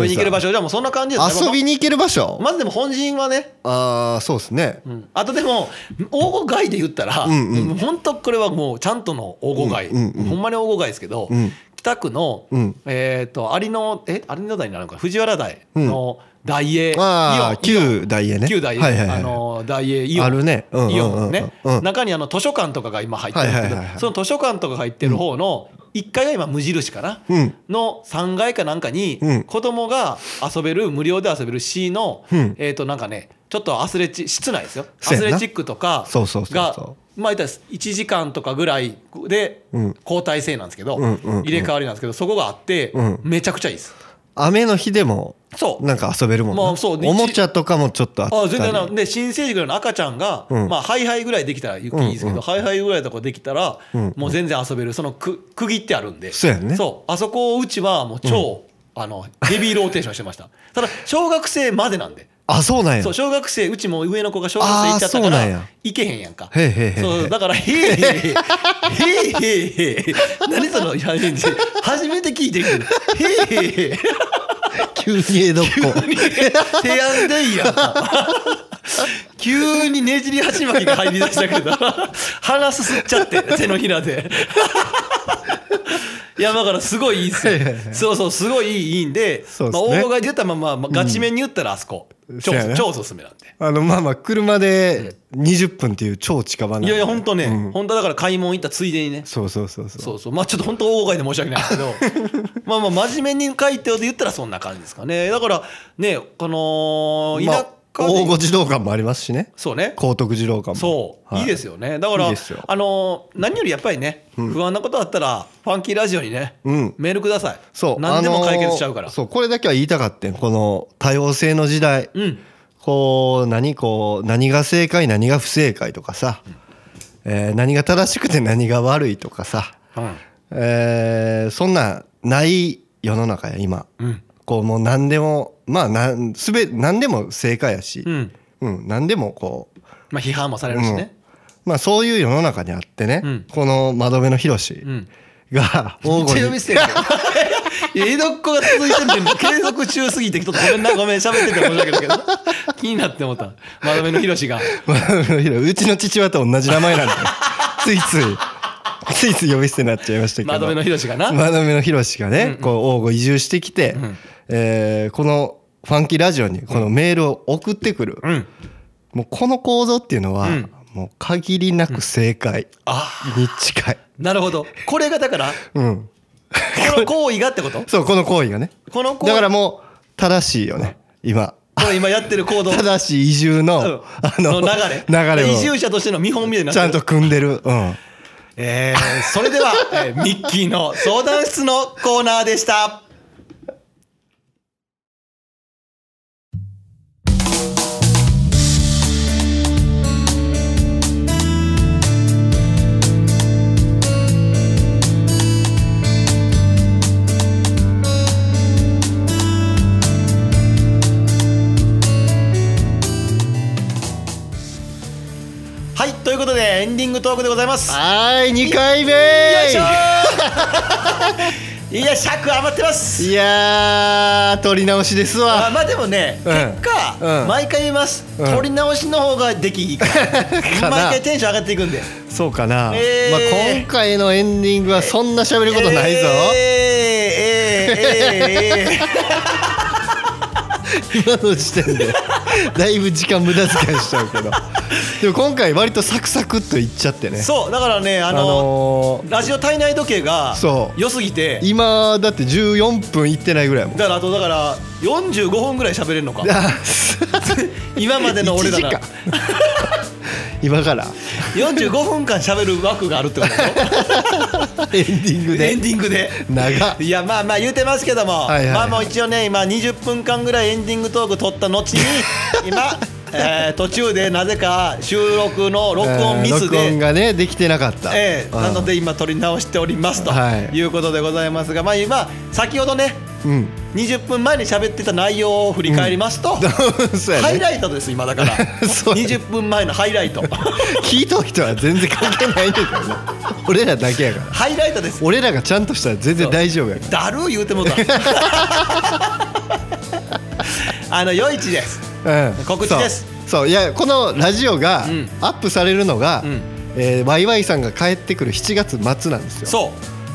S2: びに行ける場所じゃあもうそんな感じですね
S1: 遊びに行ける場所、
S2: まずでも本陣はね
S1: ああそうですね、
S2: あとでも大郷街で言ったら、
S1: んうん
S2: もう本当これはもうちゃんとの大郷街、
S1: うんうんうん
S2: ほんまに大郷街ですけど、
S1: うん
S2: 北区の、
S1: うん
S2: えっ、と有野え有野台になるのか藤原台の大栄、
S1: ああ
S2: イオン
S1: 旧大栄ね
S2: 旧大栄、
S1: はいはいはい
S2: あの大栄イオン
S1: あるねうんうんうん
S2: イオンのね、
S1: うん
S2: 中にあの図書館とかが今入ってるんですけ
S1: はい
S2: ど、
S1: はいはいはい
S2: その図書館とかが入ってる方の1階が今無印かな、
S1: うん
S2: の3階かなんかに
S1: うん
S2: 子供が遊べる無料で遊べる C の、
S1: うん
S2: えっ、となんかねちょっとアスレチ室内ですよア
S1: そう
S2: ス
S1: やな
S2: レチックとか
S1: そうそうそう
S2: が
S1: そ
S2: まあ言ったら1時間とかぐらいで
S1: うん
S2: 交代制なんですけど、
S1: うんうんうん
S2: 入れ替わりなんですけどそこがあって、
S1: うん
S2: めちゃくちゃいいです。
S1: 雨の日でも
S2: そう
S1: なんか遊べるもんな、
S2: まあそう
S1: おもちゃとかもちょっとあったり
S2: あ全然なで新生児ぐらいの赤ちゃんが、
S1: うん
S2: まあハイハイぐらいできたらいいですけ
S1: うんう
S2: ど、ハイハイぐらいとかできたら、
S1: うん
S2: もう全然遊べるそのく区切ってあるんで
S1: そうやんね
S2: そうあそこうちはもう超、あのヘビーローテーションしてました ただ小学生までなんで
S1: あそうなんや
S2: そう小学生うちも上の子が小学生行っちゃった
S1: あーそ
S2: か
S1: うなん
S2: ら
S1: や
S2: 行けへんやんか
S1: へいへいへいへい
S2: そうだから「へえへえへえへえへえへえ何そのいや初めて聞いてるけどへえへえへえ
S1: 急に江戸っ
S2: 提案でいいやんか 急にねじり鉢巻きが入り出したけど鼻すすっちゃって手のひ らでいやだからすごいいいですよ
S1: はいはいは
S2: そうそうすごいいいいいんで
S1: そうっす
S2: まあ、
S1: ね
S2: 大声で言ったらまあまあまあガチめに言ったらあそこ、超
S1: そうやね
S2: 超おすすめなんで。
S1: 子あのまあまあ車で20分っていう超近場なんで
S2: いやいや本当ね、
S1: うん
S2: 本当だから買い物行ったついでにね
S1: そうそうそうそう
S2: そうそうまあちょっと本当大声で申し訳ないですけ どまあまあ真面目に書いてよって言ったらそんな感じですかねだからねこの
S1: ま
S2: 田
S1: あ
S2: 舎で、
S1: 大御児童館もありますしね
S2: そうね
S1: 高徳児童館も
S2: そう、い、いですすよねだから
S1: いいですよ
S2: あのー何よりやっぱりね、不安なことあったらファンキーラジオにね、
S1: うん
S2: メールください
S1: そう
S2: 何でも
S1: あのー
S2: 解決しちゃうから、
S1: そうこれだけは言いたかってんこの多様性の時代、
S2: うん
S1: こう何こう何が正解何が不正解とかさ、えー何が正しくて何が悪いとかさ、
S2: うん
S1: えーそんなんない世の中や今、
S2: うん
S1: こうもう何でもまあなんすべ何でも正解やし
S2: う、ん
S1: うん何でもこう、
S2: まあ批判もされるしね、
S1: まあ、そういう世の中にあってね、
S2: うん
S1: この「窓辺のひろし
S2: うん」
S1: が
S2: め
S1: 大
S2: っちゃ
S1: 声
S2: 呼び
S1: に
S2: 捨てるけど 江戸っ子が続いてるって継続中すぎてちょっとごめんなごめん喋ってて申し訳ないけど気になって思った窓辺のひろ しが
S1: 窓辺のひろうちの父親と同じ名前 なんでついついついつい呼び捨てになっちゃいましたけど
S2: 窓辺のひろしがな、
S1: 真鍋のひろしがね、こう王吾移住してきて、
S2: ん
S1: えーこのファンキーラジオにこのメールを送ってくる、
S2: うん
S1: もうこの構造っていうのは、
S2: うん
S1: もう限りなく正解
S2: あ
S1: に近い、
S2: なるほどこれがだから
S1: うん、
S2: この行為がってこと
S1: そうこの行為がね
S2: この行為
S1: だからもう正しいよね今
S2: この今やってる行動
S1: 正しい移住の、
S2: うん
S1: あの
S2: 流れ
S1: 流れ
S2: 移
S1: を
S2: 住者としての見本みたいになっ
S1: ち
S2: てる
S1: ゃんと組んでる、うん、
S2: えーそれでは、えーミッキーの相談室のコーナーでしたはいということでエンディングトークでございます
S1: はーい2回目
S2: よいしょー いや尺余ってます
S1: いやー取り直しです
S2: あ
S1: わ
S2: まあでもね、
S1: うん
S2: 結果、
S1: うん
S2: 毎回言います、
S1: うん
S2: 取り直しの方ができいいから
S1: な
S2: 毎回テンション上がっていくんで
S1: そうかな、
S2: えー
S1: まあ、今回のエンディングはそんな喋ることないぞ、
S2: えーえーえーえー
S1: 今の時点でだいぶ時間無駄遣いしちゃうけどでも今回割とサクサクっといっちゃってね
S2: そうだからねあ
S1: あ
S2: の、
S1: のー
S2: ラジオ体内時計が
S1: そう
S2: 良すぎて
S1: 今だって14分いってないぐらいやもん
S2: だからあとだから45分ぐらい喋れるのか
S1: あ
S2: 今までの俺ら
S1: 1時間
S2: が
S1: 今から
S2: 45分間喋る枠があるってことだよ
S1: エンディング
S2: エン
S1: で
S2: ディングで
S1: 長っ
S2: いやまあまあ言うてますけども、
S1: はいはいはい
S2: まあもう一応ね今20分間ぐらいエンディングトーク撮った後に 今、えー途中でなぜか収録の録音ミス
S1: 録音
S2: で。
S1: がねできてなかった、
S2: ええ
S1: うん
S2: なので今撮り直しておりますと
S1: はい
S2: いうことでございますが、まあ今先ほどね
S1: うん
S2: 20分前に喋ってた内容を振り返りますと、
S1: そうや
S2: ハイ
S1: ね
S2: ライトです今だから
S1: そうやね
S2: 20分前のハイライト
S1: 聞いとる人は全然関係ないんだからね俺らだけやから
S2: ハイライトです
S1: 俺らがちゃんとしたら全然大丈夫やか
S2: だる言うても うたあの夜市です
S1: ら、うん、
S2: 告知です
S1: そうそういやこのラジオが
S2: うん
S1: アップされるのが、
S2: うん
S1: えーワイワイさんが帰ってくる7月末なんですよ
S2: そ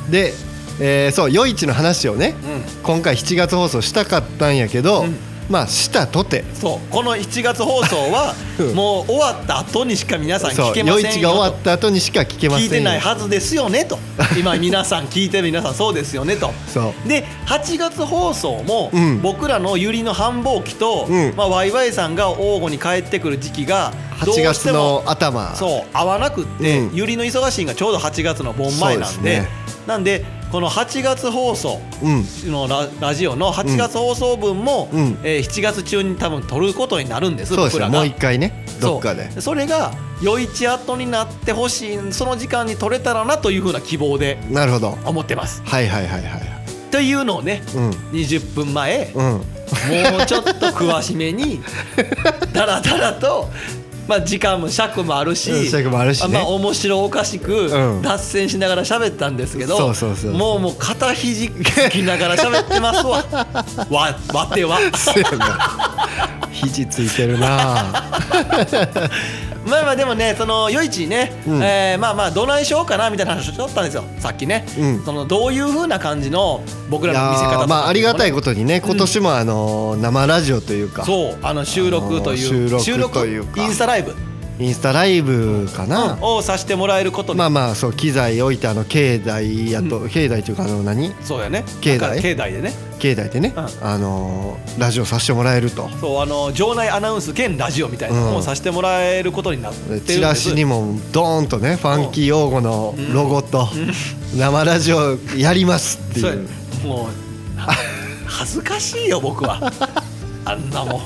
S1: で、えーそう夜市の話をね、
S2: う、う
S1: 今回7月放送したかったんやけど、
S2: うん
S1: まあしたとて
S2: ん、そうこの7月放送は
S1: うん
S2: もう終わった後にしか皆さん
S1: そ
S2: 聞
S1: う
S2: けま
S1: 夜
S2: せん
S1: 市が
S2: よ
S1: 終わ
S2: と
S1: った後にしか聞けません
S2: 聞いてない
S1: よ
S2: はずですよね と今皆さん聞いてる皆さんそうですよねと
S1: そう
S2: で8月放送も
S1: うん
S2: 僕らのゆりの繁忙期と、
S1: うん
S2: まあ、ワイワイさんが王吾に帰ってくる時期が
S1: 8
S2: どうして
S1: 月
S2: も
S1: の頭
S2: そう合わなくって、
S1: うん
S2: ゆりの忙しいがちょうど8月の盆前な
S1: そ
S2: ん
S1: う
S2: で
S1: ですね
S2: なんでこの8月放送
S1: うん
S2: のララジオの8月放送分も、
S1: うん
S2: えー7月中に多分撮ることになるんです
S1: そうです
S2: 僕
S1: ね
S2: ら
S1: も
S2: が
S1: う一回ねどっかで
S2: そうそれが余市後になってほしいその時間に撮れたらなというふうな希望で
S1: なるほど
S2: 思ってます
S1: はいはいはいはい
S2: というのをね
S1: うん
S2: 20分前
S1: うん
S2: もうちょっと詳し めにだらだらと、まあ、時間も尺もある
S1: うん
S2: し
S1: 尺もあるしね
S2: まあ、面白おかしく
S1: うん
S2: 脱線しながら喋ったんですけど、
S1: そうそうそう
S2: もうもう肩肘つきながら喋ってま すわわわては
S1: そうやな 肘ついてるな
S2: まあまあでもねその夜市にね、
S1: うん
S2: えーまあまあどないしようかなみたいな話をしとったんですよさっきね、
S1: うん
S2: そのどういう風な感じの僕
S1: い
S2: らの見せ方と
S1: や
S2: か
S1: ーまあありがたい
S2: こ
S1: ことにね今年もあのー生ラジオというか
S2: そうあの収録という、
S1: あのー収録というか
S2: 収録インスタライブ
S1: インスタライブかな
S2: をさせてもらえることに
S1: まあまあそう機材置いてあの境内やと境内というかあの何
S2: そうやね
S1: 境内
S2: なんか境内でね
S1: 境内でね
S2: う
S1: あのーラジオさせてもらえると
S2: そうあの場内アナウンス兼ラジオみたいなのをさせてもらえることになってるんです
S1: チラシにもドーンとねファンキー用語のロゴと生ラジオやりますって
S2: そう
S1: い
S2: や
S1: う
S2: もうは恥ずかしいよ僕 はあんなもん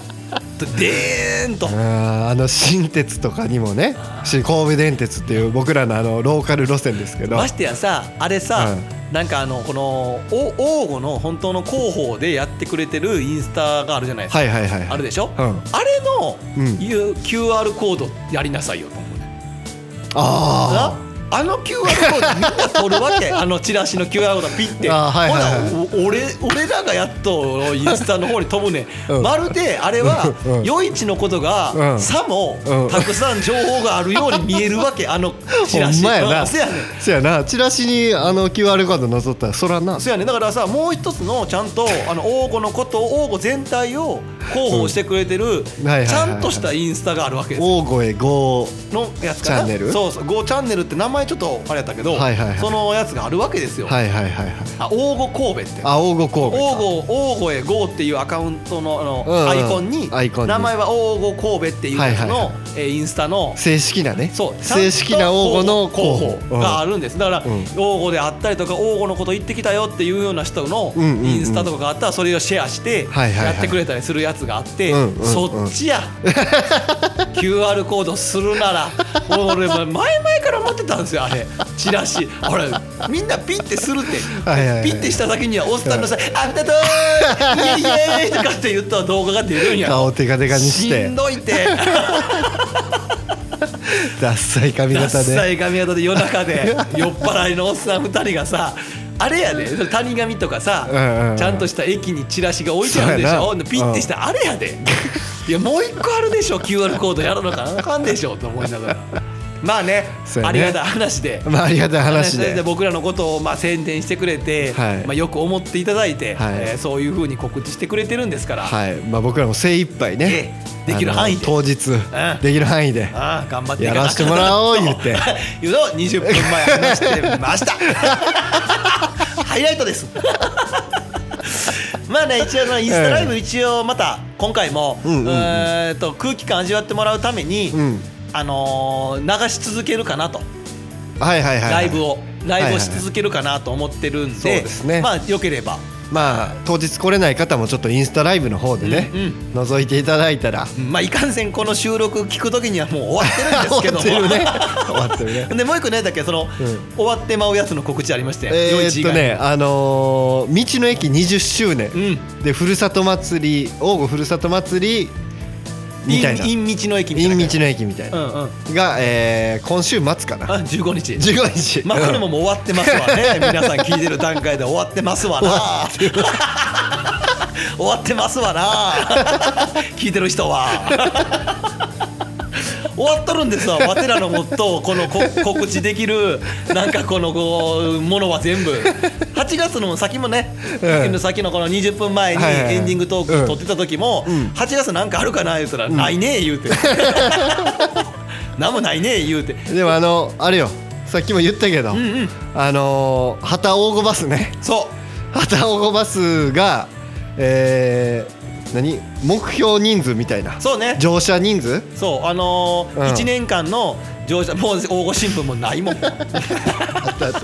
S2: でーんと
S1: あーあの新鉄とかにもねし神戸電鉄っていう僕らのあのローカル路線ですけど
S2: ましてやさあれさ、
S1: う
S2: なんかあのこのお王吾の本当の広報でやってくれてるインスタがあるじゃないですか、
S1: はいはいはい
S2: ある
S1: は
S2: でしょ、
S1: い、うん、
S2: あれの、
S1: うん
S2: U- QR コードやりなさいよと思うね
S1: あ
S2: なあの QR コードみ んな取るわけあのチラシの QR コードピッて
S1: あーはいはいはい
S2: ほらお俺俺らがやっとインスタの方に飛ぶね、
S1: うん
S2: まるであれは
S1: うんうん
S2: 余市のことが、
S1: うん
S2: さも、
S1: うん
S2: たくさん情報があるように見えるわけあのチラ
S1: ほ
S2: シ
S1: んまや
S2: う
S1: なん
S2: せやねん
S1: そやなチラシにあの QR コード載っとったらそらな
S2: そうやねだからさもう一つのちゃんとあの王吾のことを王吾全体を広報してくれてるち
S1: はいはいはい
S2: ゃんとしたインスタがあるわけですよ
S1: 大声5
S2: のやつかな
S1: チャンネル
S2: そうそう「GO チャンネル」って名前ちょっとあれやったけど、
S1: はいはいはい
S2: そのやつがあるわけですよ、
S1: はいはいはいはい
S2: あ王吾神戸って
S1: あ大神戸か
S2: 王吾王吾へ GO っていうアカウントのあの、
S1: うんうん
S2: アイコンに
S1: アイコンに
S2: 名前は王吾神戸っていうやつ
S1: はいは
S2: の、
S1: いはい
S2: えーインスタの
S1: 正式なね
S2: そう
S1: 正式な王吾の候
S2: ちゃんと
S1: 補
S2: 候補があるんです、だから、
S1: うん
S2: 王吾であったりとか王吾のこと言ってきたよっていうような人の
S1: うんうんうん
S2: インスタとかがあったらそれをシェアして
S1: はいはいは
S2: や
S1: い
S2: ってくれたりするやつがあって、
S1: うんうんうん
S2: そっちや QR コードするなら俺前々から思ってたんですよあれチラシあれみんなピッてするって、
S1: はいはいはい
S2: ピッてした先にはおっさんのさ「あんたとーイエイエイ!」とかって言った動画が出るんや
S1: 顔テカテカにし
S2: してんどいって。
S1: ダッサい髪
S2: ダッ
S1: 型
S2: サ
S1: で
S2: い髪型で夜中 で酔っ払いのおっさん2人がさあれやでそれ谷髪とかさ、
S1: うんうんうん
S2: ちゃんとした駅にチラシが置いてあるでし
S1: そう
S2: ょ
S1: やな
S2: ピッてした、あれやでいやもう一個あるでしょ QR コードやら なかなあかんでしょと思いながらまあね
S1: そう
S2: あ
S1: や
S2: り
S1: ね
S2: がたい話で。
S1: まあありがたい話で
S2: 僕らのことをまあ宣伝してくれて、
S1: はい
S2: まあ、よく思っていただいて、
S1: はい
S2: えーそういうふうに告知してくれてるんですから、
S1: はいまあ僕らも精一杯ね
S2: ええできる範囲
S1: あの
S2: で
S1: 当日できる範囲で
S2: ああ頑張ってい
S1: や
S2: かな
S1: らせてもらおう言って
S2: 言うのを20分前話してました ハイライトです まあね一応そのインスタライブ一応また今回も、
S1: うんうんうん
S2: えーっと空気感味わってもらうために、
S1: うん
S2: あのー流し続けるかなと
S1: はいはいはいはい
S2: ライブをライブをし続けるかなと思ってるんで、
S1: そうですね
S2: まあよければ
S1: まあ当日来れない方もちょっとインスタライブの方でね、覗いていただいたら
S2: まあいかんせんこの収録聞く時にはもう終わってるんです け
S1: 終わっ
S2: ども
S1: てるね終わってるね
S2: でもう一個ねだっけその、
S1: ん
S2: 終わってまうやつの告知ありまして、
S1: え
S2: 夜
S1: ー
S2: 市
S1: っ
S2: 以
S1: と
S2: 外
S1: ねあのー道の駅20周年、
S2: うん
S1: でふるさと祭り王吾ふるさと祭りみたいな
S2: 陰陰道の駅みたいな
S1: 陰道の駅みたいな、
S2: うんうん
S1: が、えー今週末かな
S2: あ15日
S1: 15日
S2: まあこれも
S1: うん
S2: もう終わってますわ ね皆さん聞いてる段階で終わってますわな終わってますわな聞いてる人は終わっとるんですわわてらのもっとこのこ告知できるなんかこのこうものは全部8月の先もね、
S1: うん
S2: さっきのこの20分前に
S1: はいはいはい
S2: エンディングトー
S1: う
S2: ク
S1: ん
S2: 撮ってた時も、
S1: うん
S2: 8月なんかあるかな言うたら「ないね」言う て「なんもないね」言うて
S1: でもあのあれよさっきも言ったけど、
S2: うんうん
S1: あのー、旗大子バスね
S2: そう
S1: 旗大子バスがえー、何目標人数みたいな
S2: そうね
S1: 乗車人数
S2: そうあのー
S1: うん
S2: 1年間の乗車もう応募新聞もな いもん
S1: あったあったあった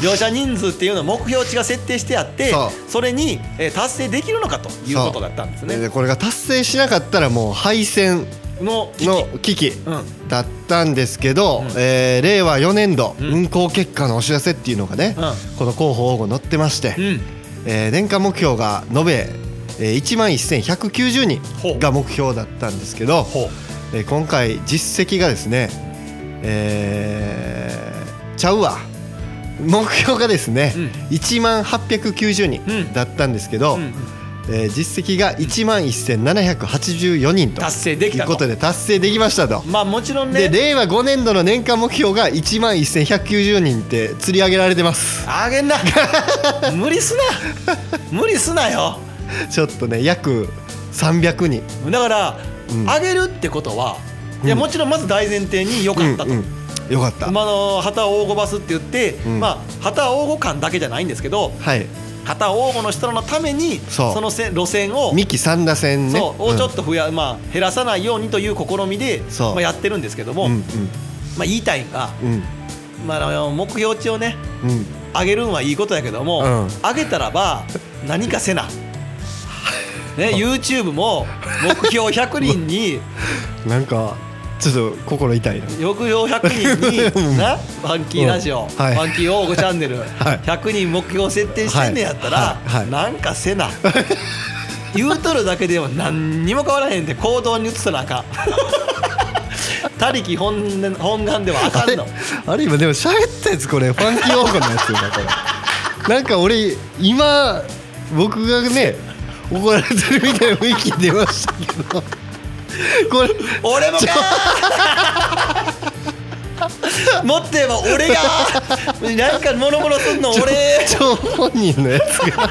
S2: 乗車人数っていうのを目標値が設定してあって
S1: そ
S2: そうれに、えー達成できるのかということだったんですね
S1: でこれが達成しなかったらもう廃線
S2: の危機
S1: の危機
S2: うんうん
S1: だったんですけど、
S2: うん
S1: えー令和4年度
S2: うん
S1: 運行結果のお知らせっていうのがね、この広報応募載ってまして、
S2: うん
S1: えー年間目標が延べ、えー、1万1190人が目標だったんですけど、
S2: ほう
S1: えー今回実績がですね、えーちゃうわ目標がですね、
S2: うん
S1: 1万890
S2: うん
S1: 人だったんですけど、
S2: うんうん
S1: えー実績が1万1784人と
S2: 達成でき
S1: いう
S2: た
S1: こと
S2: と
S1: で達成できましたと。
S2: まあもちろん
S1: で
S2: ね
S1: 令和5年度の年間目標が1万1190人って釣り上げられてます
S2: あげんな無理すな無理すなよ
S1: ちょっとね約300人
S2: だから、
S1: うん
S2: あげるってことはいうや
S1: ん
S2: もちろんまず大前提に良かったと、
S1: うんうんよかった、
S2: まああの旗黄金バスって言って、
S1: うん
S2: まあ旗黄金館だけじゃないんですけど
S1: はい
S2: 旗黄金の人らのために
S1: そ
S2: そうのせ路線を、
S1: 三木三田線ね
S2: そうをちょっ
S1: と
S2: と増や、まあ、減らさないようにという試みで、
S1: そう
S2: まあ、やってるんですけども、
S1: うん
S2: まあ、言いたいのが、
S1: うんうん
S2: まあ、あの目標値をね
S1: うん
S2: 上げるんはいいことやけども、
S1: うん
S2: 上げたらば何か せな。ね、YouTube も目標100人に
S1: なんかちょっと心痛いな
S2: 目標100人
S1: うん
S2: になファンキーラジ
S1: うん
S2: オ、
S1: はい
S2: ファンキー王子チャンネル、
S1: い
S2: 100人目標設定してんねやったら、
S1: はいはいはい
S2: なんかせな 言うとるだけでは何にも変わらへんで行動に移さなあかん 他力本願本願ではあ
S1: あ
S2: かん
S1: れ
S2: の
S1: あれ今でも喋ったやつこれファンキーオーゴのやつよなこれ なんか俺今僕がね怒られてるみたいな雰囲気出ましたけど これ
S2: 俺もか ーもっと言えば俺がなんか物々すんの俺
S1: 張本人のやつが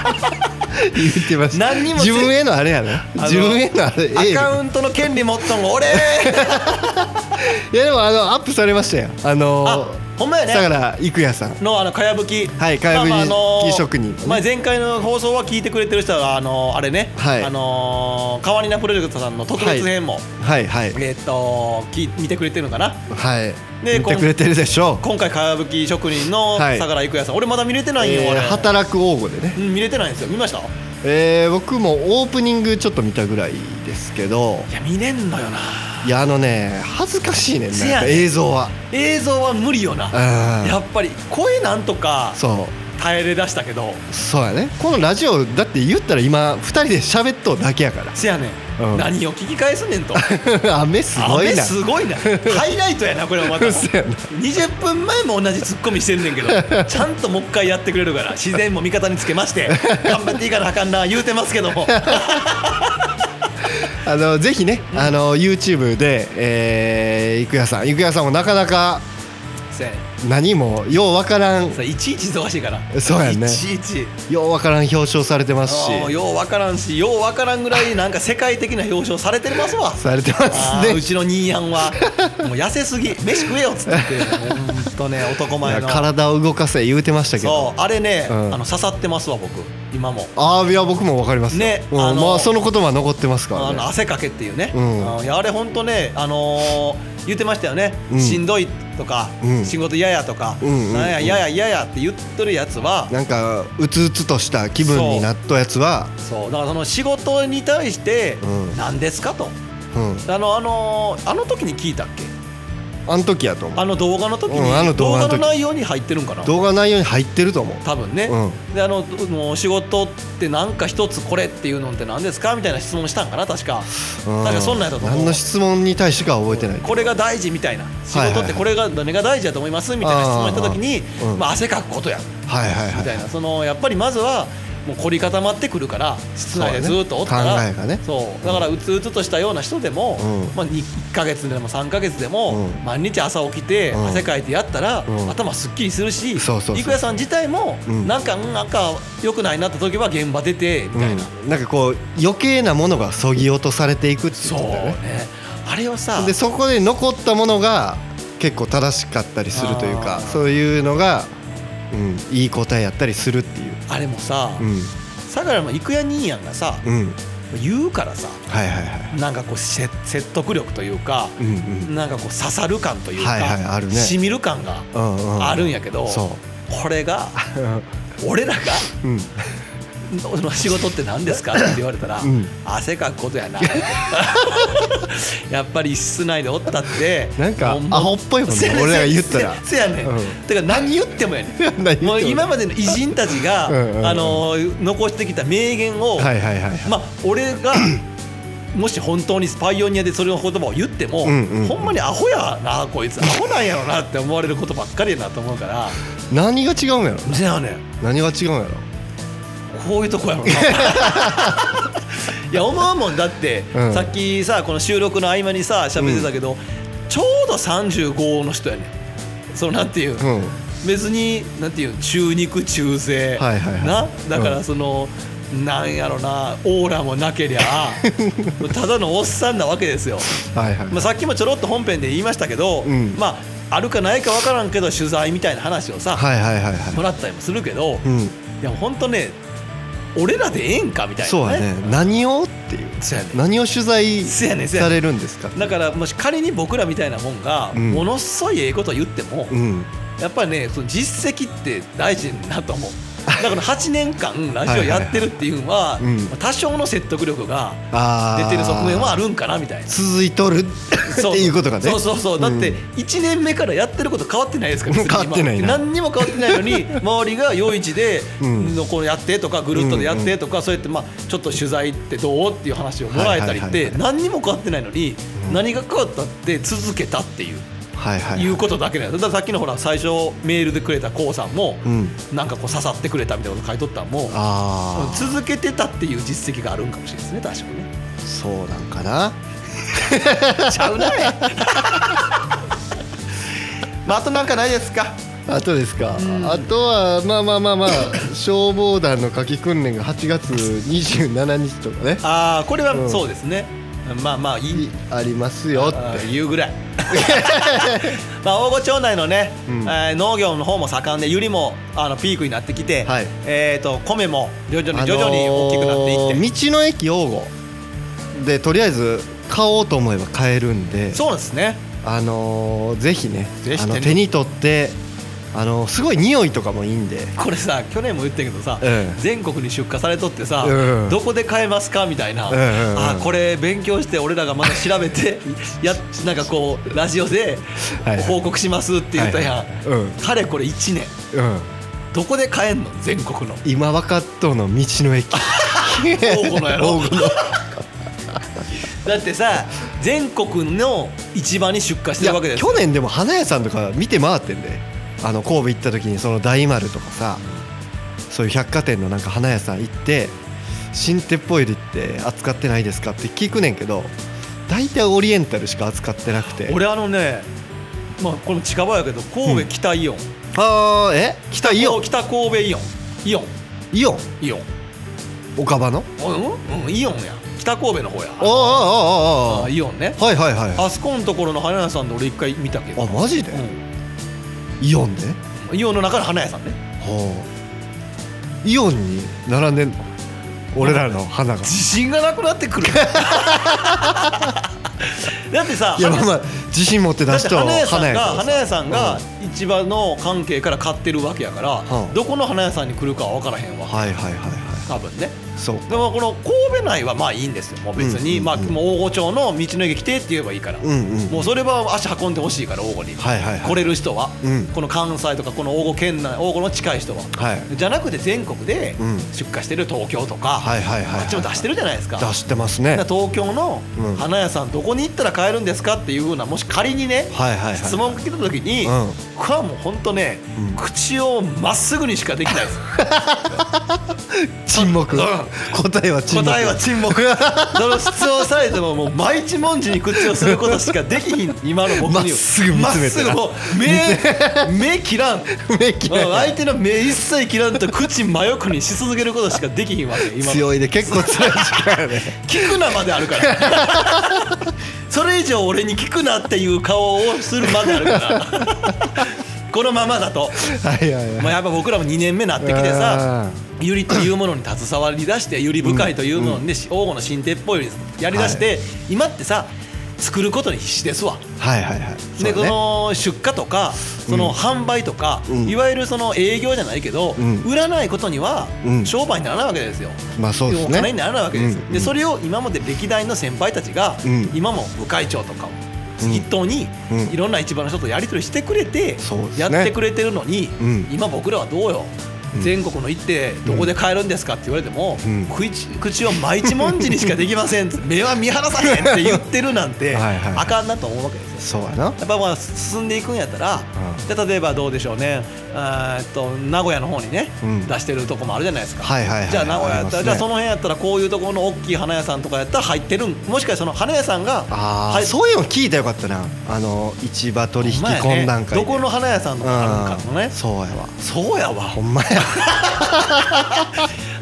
S1: 言ってました
S2: 何にもせ
S1: 自分へのあれやね
S2: の
S1: 自分へのあれ
S2: ア
S1: エー
S2: カ
S1: ル
S2: ウントの権利持っとんの俺
S1: いやでもあのアップされましたよあの
S2: あほんまやね
S1: だから郁也さん
S2: のあのかやぶき、
S1: はいかやぶき
S2: まあまああのー
S1: 職人
S2: まあ、前回の放送は聞いてくれてる人はあのーあれね、
S1: はい
S2: あのー、カワニナプロジェクトさんの特別編も、
S1: はいはい
S2: えーっとき見てくれてるのかな
S1: はい
S2: で
S1: 見てくれてるでしょう
S2: 今回かやぶき職人の
S1: はい
S2: 相良郁也さん、俺まだ見れてないよ、
S1: えー
S2: 俺
S1: 働く応募でね
S2: うん見れてないんですよ見ましたい
S1: えー僕もオープニングちょっと見たぐらいですけど
S2: や見れんのよない
S1: やあのね恥ずかしいねんな
S2: せやねん
S1: 映像は
S2: 映像は無理よな
S1: うん
S2: やっぱり声なんとか
S1: そ
S2: 耐えれだしたけど
S1: うそうやねこのラジオだって言ったら今2人で喋っとうだけやか
S2: せやねん、
S1: うん
S2: 何を聞き返すねんと
S1: ら 雨すごい
S2: 雨
S1: な
S2: すごいなハイライトやなこれはまた
S1: そうやな
S2: 20分前も同じツッコミしてんねん けどちゃんともう一回やってくれるから自然も味方につけまして頑張っていかなあかんな言うてますけども
S1: あのぜひね、あの YouTube で、えー、郁也さん郁也さんもなかなか
S2: せやねん
S1: 何もようわからん
S2: それいちいち忙しいから
S1: そうやんね
S2: いちいち
S1: ようわからん表彰されてますし
S2: あーようわからんしようわからんぐらいなんか世界的な表彰されてま すわ
S1: されてます
S2: あーう
S1: ね
S2: ちの兄やんはもう痩せすぎ飯食えよっつ って本当ね男
S1: い
S2: 前
S1: や
S2: の
S1: 体を動かせ言うてましたけど
S2: そうあれね、
S1: うん
S2: あの刺さってますわ僕今も
S1: ああいや僕も分かりますよ
S2: ね
S1: うん
S2: あの
S1: まあその言葉残ってますか
S2: あ
S1: ら
S2: の
S1: ね
S2: 汗かけっていうね、
S1: うん
S2: うんいやあれ本当ね、あのー言ってましたよね、
S1: うん
S2: しんどいとか、
S1: うん
S2: 仕事嫌やとか、
S1: うんうんうん
S2: なんやややややって言ってるやつは、
S1: なんかうつうつとした気分になったやつは
S2: そうだからその仕事に対して
S1: うん
S2: 何ですかと、
S1: うん
S2: あのあのーあの時に聞いたっけ
S1: あの時やと思う
S2: あの動画の時に、
S1: うんあの動
S2: 動
S1: 画の
S2: 画
S1: 時
S2: の内容に入ってるんかな
S1: 動画内容に入ってると思う
S2: 多分ね、
S1: う
S2: であのもう仕事ってなんか一つこれっていうのって何ですかみたいな質問したんかな確か
S1: うん
S2: なんかそんなんやったと思う
S1: 何の質問に対してかは覚えてない
S2: これが大事みたいな仕
S1: はい
S2: 事ってこれが何が大事だと思いますみたいな質問した時に
S1: あーうん
S2: まあ、汗かくことや
S1: はいはい
S2: みた
S1: はい
S2: いなそのやっぱりまずはもう凝り固まってくるから室内でずっとおった
S1: そう
S2: ら
S1: だね考えがね
S2: そうだからうつうつとしたような人でも、
S1: うん
S2: まあ、1か月でも3か月でも、
S1: うん
S2: 毎日朝起きて
S1: うん
S2: 汗かいてやったら、
S1: うん
S2: 頭すっきりするし
S1: そうそうそう
S2: 郁弥さん自体も、
S1: うん
S2: なんかうんなんか良くないなって時は現場出てみたいな、
S1: うんなんかこう余計なものがそぎ落とされていくっていう
S2: そう
S1: ことだよね
S2: ねあれをさ
S1: でそこで残ったものが結構正しかったりするという
S2: あ
S1: か
S2: ー
S1: そういうのが、うん、いい答えやったりするっていう
S2: あれもさ
S1: うん
S2: 相良の郁弥兄やんがさ
S1: うん
S2: 言うからさ
S1: はいはいはい
S2: なんかこうせ説得力というか
S1: うんうん
S2: なんかこう刺さる感というか、
S1: はいはいあるね
S2: しみる感が
S1: うんうん
S2: あるんやけど、
S1: そ
S2: これが
S1: う
S2: 俺らが
S1: うん
S2: 「その仕事って 何ですか?」って言われたら、
S1: うん
S2: 汗かくこ とやなやっぱり室内でおったって
S1: なんか
S2: もうもう
S1: アホっぽいもんね
S2: せや
S1: 俺らが言ったら
S2: せやせやねん、
S1: うん
S2: てか何言ってもやね
S1: 何
S2: ん
S1: 言っても
S2: もう今までの偉人たちが
S1: うんうんうん
S2: あの残してきた名言を、
S1: はいはいはい
S2: まあ、俺 がもし本当にパイオニアでそれの言葉を言っても、
S1: うんうんうん
S2: ほんまにアホやなこいつアホなんやろなって思われることばっかりやなと思うから
S1: 何が違うんやろ
S2: せやねん
S1: 何が違うんやろ
S2: こういうとこ やろな いや思うもんだって、
S1: うん
S2: さっきさこの収録の合間にさ喋ってたけど、ちょうど35の人やねんそのなんていう、
S1: うん
S2: 別になんていう中肉中背、
S1: はいはいはい
S2: なだか
S1: う
S2: ら
S1: ん
S2: その、なんやろなオーラもなけ りゃただのおっさんなわけですよ、
S1: はいはい
S2: まあ、さっきもちょろっと本編で言いましたけど、
S1: うん
S2: まああるかないかわからんけど取材みたいな話をさ、
S1: はいはいはい
S2: も
S1: は
S2: らったりもするけど、
S1: いうん
S2: でも本当ね俺らでええんかみたいな
S1: そうやね何をっていう
S2: そうやね
S1: 何を取材
S2: そうやねそうや
S1: さ
S2: ね
S1: れるんですか
S2: だからもし仮に僕らみたいなもんが、
S1: うん
S2: ものすごいええこと言っても、
S1: うん
S2: やっぱりねその実績って大事だ と思うだから8年間ラジオやってるっていうのは
S1: はいはいはいうん
S2: まあ多少の説得力が
S1: あ
S2: 出
S1: ー
S2: てる側面はあるんかなみた いな。
S1: 続いとるっていうことがね
S2: そうそうそうだって
S1: うん
S2: 1年目からやってること変わってないですから別に今
S1: 変わってないな
S2: 何にも変わってない のに周りが余市で
S1: うん
S2: のこうやってとかぐるっとでやってとかそうやってまあちょっと取材ってどうっていう話をもらえたりっ
S1: はいはい
S2: て
S1: はいはい
S2: 何にも変わってないのに
S1: うん
S2: 何が変わったって続けたっていう
S1: はいはい
S2: いうことだけなんですだからさっきのほら最初メールでくれた k o さんも
S1: うん
S2: なんかこう刺さってくれたみたいなこと書いとったんも
S1: ああ
S2: 続けてたっていう実績があるんかもしれないですね確かにね
S1: そうなんかな
S2: ちゃうなまああとなんかないですか
S1: あとですか、
S2: ん
S1: あとはまあまあまあ まあ消防団の夏季訓練が8月27日とかね
S2: ああこれ
S1: う
S2: は
S1: ん
S2: そうですね、まあまあいい
S1: ありますよって
S2: あー言う ぐらいまあ大御町内のね、
S1: うん
S2: えー農業の方も盛んでゆりもあのピークになってきて、
S1: はい
S2: えー、と米も徐々に徐々に大きくなっていって、
S1: あのー道の駅用語でとりあえず買おうと思えば買えるんで
S2: そうですね
S1: あのーぜひね
S2: ぜひ
S1: あの
S2: 手に
S1: 手に取ってあのーすごい匂いとかもいいんで
S2: これさ去年も言ったけどさ、
S1: うん
S2: 全国に出荷されとってさ、
S1: うん
S2: どこで買えますかみたいな、
S1: うんうんうん
S2: あーこれ勉強して俺らがまだ調べて やなんかこうラジオで
S1: はいはい
S2: 報告しますって言ったやん、
S1: はいはいうん
S2: かれこれ1年
S1: うん
S2: どこで買えんの全 国の
S1: 今分かっとうの道の駅
S2: 大物やろ
S1: 大物
S2: だってさ全国の市場に出荷し
S1: い
S2: て
S1: や
S2: るわけですよ
S1: 去年でも花屋さんとか見て回ってんであの神戸行った時にその大丸とかさそういう百貨店のなんか花屋さん行って新鉄砲入りって扱ってないですかって聞くねんけど大体オリエンタルしか扱ってなくて
S2: 俺あのねまあこれも近場やけど神戸北イオン、
S1: あーえ北イオン
S2: 北神戸イオンイオン
S1: イオン
S2: イオン
S1: 岡場の
S2: うん、うん、イオンや北神戸の方や
S1: あーあーあーあ
S2: あ
S1: ー
S2: イオンね
S1: はいはいはいあ
S2: あそこのところの花屋さんで俺一回見たけど、
S1: マジでイオンで
S2: うんイオンの中の花屋さんね
S1: ほイオンに並んでんの俺らの花が
S2: 自信がなくなっ てくるだってさ
S1: いやまあ
S2: 花
S1: まあ自信持って出
S2: だっ
S1: してと
S2: 花屋さ
S1: 花
S2: ん
S1: や
S2: が
S1: から
S2: 花
S1: さ
S2: 屋さんが市場の関係から買ってるわけやから、
S1: うん
S2: どこの花屋さんに来るかは分からへんわ、
S1: はいはいはいは
S2: 多分ね
S1: いそう
S2: でもこの神戸内はまあいいんですよもう別に、
S1: うんうんうん
S2: まあ、もう大御町の道の駅来てって言えばいいから、
S1: うんうん
S2: もうそれは足運んでほしいから大御に、
S1: はいはいはい
S2: 来れる人は、
S1: うん
S2: この関西とかこの大御県内大御の近い人は、
S1: はい
S2: じゃなくて全国で
S1: うん
S2: 出荷してる東京とか、
S1: はいはいはい
S2: あっちも出してるじゃないですか。
S1: 出してますね
S2: だから東京の
S1: うん
S2: 花屋さんどこに行ったら買えるんですかっていうふうなもし仮にね、
S1: はいはいはい
S2: 質問が来た時に、
S1: うん
S2: 僕はもう本当ね、
S1: うん
S2: 口をまっすぐにしかできないです
S1: 沈黙
S2: うん
S1: 答えは沈黙
S2: 答えは沈黙 その質問されてももう毎日文字に口をすることしかできひん今の僕に
S1: ま
S2: は
S1: っすぐ見つめてな
S2: まっすぐ もう目目切らん
S1: 目切ら
S2: うん
S1: ない
S2: 相手の目一切切らんと口真横にし続けることしかできひんわけ今の
S1: 強いで結構強い力やね
S2: 聞くなまであるから それ以上俺に聞くなっていう顔をするまであるからこのままだと、
S1: はいはい
S2: まあ、
S1: はい
S2: やっぱ僕らも2年目なってきてさユリというものに携わりだしてユリ深いというものにね王吾の新手っぽいようにやりだして、今ってさ作ることに必死ですわ。
S1: はいはいはい
S2: で
S1: そ
S2: こ
S1: うね
S2: の出荷とかその販売とか、
S1: うん
S2: いわゆるその営業じゃないけど、
S1: うん
S2: 売らないことには
S1: うん
S2: 商売にならないわけですよ。
S1: まあそうです
S2: お金に
S1: ね
S2: ならないわけです、
S1: うんうん
S2: でそれを今まで歴代の先輩たちが、
S1: うん
S2: 今も部会長とかを
S1: うん
S2: 筆頭に、
S1: うん
S2: いろんな市場の人とやり取りしてくれて、
S1: そうですね
S2: やってくれてるのに、
S1: うん
S2: 今僕らはどうよ、
S1: うん
S2: 全国の行ってどこで買えるんですかって言われても、
S1: うん
S2: 口口を毎日文字にしかでき ません目は見晴らさへんって言ってるなんて
S1: はいはい
S2: あかんなと思うわけです
S1: そ
S2: よ。
S1: うやな
S2: やっぱまあ進んでいくんやったら、で例えばどうでしょうね、あーえっと名古屋の方にね、
S1: うん
S2: 出してるとこもあるじゃないですか、
S1: はいはいはい
S2: じゃあ名古屋やったら、
S1: ありますね
S2: じゃあその辺やったらこういうところの大きい花屋さんとかやったら入ってるんもしかしたらその花屋さんが
S1: ああ
S2: 入
S1: そういうの聞いたらよかったなあの市場取引
S2: ほんまやね
S1: 懇談会
S2: どこの花屋さんとかあるんかの
S1: う
S2: ね
S1: ん、そうやわ
S2: そうやわ
S1: ほんまや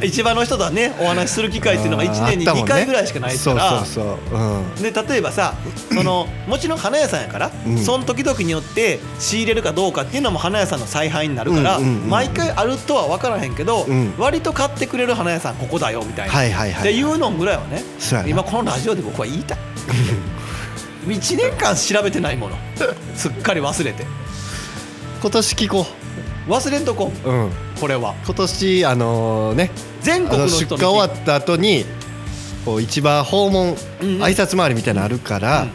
S2: 市場の人とはねお話しする機会っていうのが1年に
S1: あったもん
S2: 2
S1: ね
S2: 回ぐらいしかないか
S1: そ
S2: ら、
S1: うそうそううん
S2: で例えばさそのもちろん花屋さんやから、
S1: うん
S2: その時々によって仕入れるかどうかっていうのも花屋さんの采配になるから、
S1: うんうんうん
S2: 毎回あるとは分からへんけど、
S1: うん
S2: 割と買ってくれる花屋さんここだよみたいな、
S1: はいはいはい
S2: っていうのぐらいはね
S1: そうやな
S2: 今このラジオで僕は言いたい 1年間調べてないものすっかり忘れて
S1: 今年聞こ
S2: 忘れんとこ
S1: ううん
S2: これは
S1: 今年あのね
S2: 全
S1: あ
S2: 国の
S1: の
S2: 人
S1: 出
S2: に
S1: 荷終わった後にこう市場訪問
S2: うんうん
S1: 挨拶回りみたいなのあるから、
S2: うん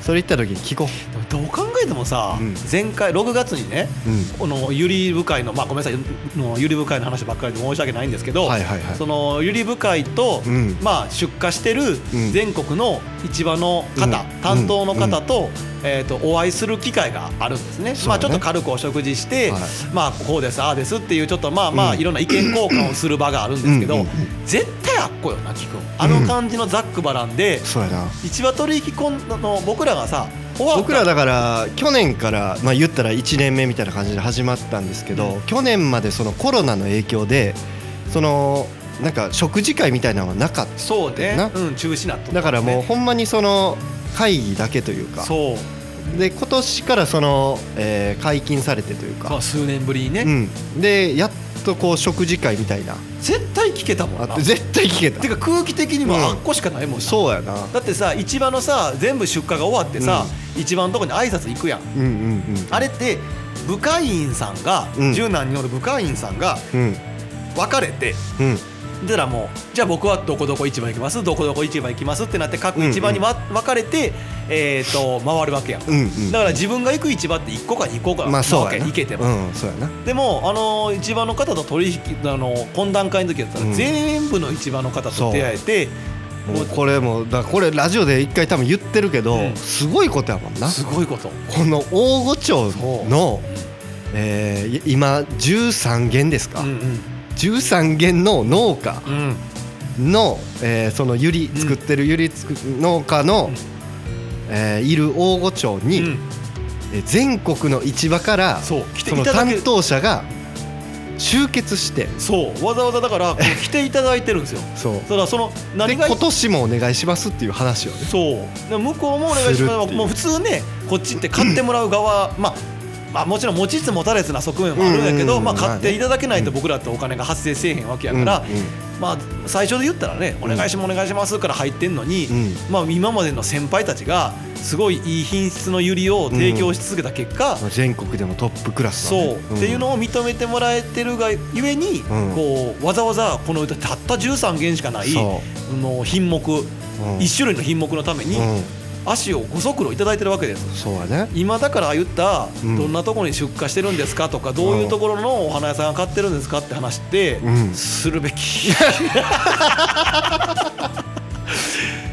S1: それ行った時に聞こ
S2: でもどう考えてもさ、
S1: うん
S2: 前回6月にね、
S1: う、うん、
S2: このゆり部会の、まあ、ごめんなさいのゆり部会の話ばっかりで申し訳ないんですけど、
S1: はいはいはい
S2: そのゆり部会と、
S1: うん
S2: まあ、出荷してる
S1: うん
S2: 全国の市場の方、
S1: うん
S2: 担当の方と,、えー、とお会いする機会があるんですね
S1: そうね
S2: まあ、ちょっと軽くお食事して、
S1: はい
S2: まあ、こうですああですっていうちょっとまあまあ
S1: うん
S2: いろんな意見交換をする場があるんですけど、
S1: うんうんう
S2: 絶対あっこよな聞くんあの感じのざっくばらんで、
S1: そうやな
S2: 市場取引こんの僕らがさ終わった
S1: 僕らだから去年から、まあ、言ったら1年目みたいな感じで始まったんですけど、去年までそのコロナの影響でそのなんか食事会みたいなのはなかっ
S2: そうね
S1: な、
S2: うん、中止なと
S1: ただからもう
S2: ね
S1: ほんまにその会議だけというか
S2: そう
S1: で今年からその、えー解禁されてという
S2: まあ
S1: か、
S2: 数年ぶりにね、
S1: うん、でやっとこう食事会みたいな
S2: 絶対聞けたも
S1: あ
S2: んな
S1: って絶対聞けた
S2: てか空気的にも
S1: うん
S2: あっこしかないもんな、
S1: そうやな
S2: だってさ市場のさ全部出荷が終わってさ、市場のとこに挨拶行くやん
S1: うんうんうん
S2: あれって部会員さんが、
S1: うん
S2: 柔軟におる部会員さんが
S1: うん
S2: 分かれて
S1: うん
S2: だからもうじゃあ僕はどこどこ市場行きますどこどこ市場行きますってなって各市場にわ分かれて、えー、と回るわけやん、
S1: うんうん
S2: だから自分が行く市場って1個か2個か
S1: まあそうやな
S2: 行けても、
S1: うんそうやな
S2: でも、あの市場の方と取引あの懇談会の時だったら、
S1: うん
S2: 全部の市場の方と出会えて
S1: もうこれもだからこれラジオで一回多分言ってるけど、
S2: うん
S1: すごいことやもんな
S2: すごいこと
S1: この大御町の
S2: う、
S1: えーい今13軒ですか、
S2: うん
S1: 13軒の農家
S2: うんうん
S1: の、えーそのゆり
S2: ん
S1: 作ってるゆりつく農家の、
S2: うん
S1: えーいる大御町に、
S2: うん
S1: えー全国の市場から
S2: そう来て
S1: そ
S2: い
S1: の
S2: ただ
S1: 担
S2: ける
S1: 当者が集結して
S2: そうわざわざだからこう来ていただいてるんですよ
S1: そう
S2: そらその
S1: で
S2: 何が
S1: 今年もお願いしますっていう話をね
S2: そうで向こうもお願いし
S1: する
S2: ま
S1: っ
S2: す
S1: ていう
S2: もう普通ねこっちって買ってもらう側まあまあ、もちろん持ちつ持たれつな側面もあるんやけど、
S3: うん
S2: まあ、買っていただけないと僕らってお金が発生せえへんわけやから、まあ、最初で言ったらね「お願いしますお願いします」から入ってんのに、
S3: ん
S2: まあ、今までの先輩たちがすごいいい品質のユリを提供し続けた結果、
S3: まあ全国でもトップクラスだ
S2: そう、
S3: ね
S2: っていうのを認めてもらえてるがゆえに、
S3: うん
S2: こうわざわざこの歌たった13件しかない
S3: そ
S2: の品目、
S3: うん
S2: 一種類の品目のために
S3: うん
S2: 足をご足労いただいてるわけです。
S3: そうやね
S2: 今だから言った
S3: うん
S2: どんなところに出荷してるんですかとかどういうところのお花屋さんが買ってるんですかって話って
S3: うん
S2: するべき、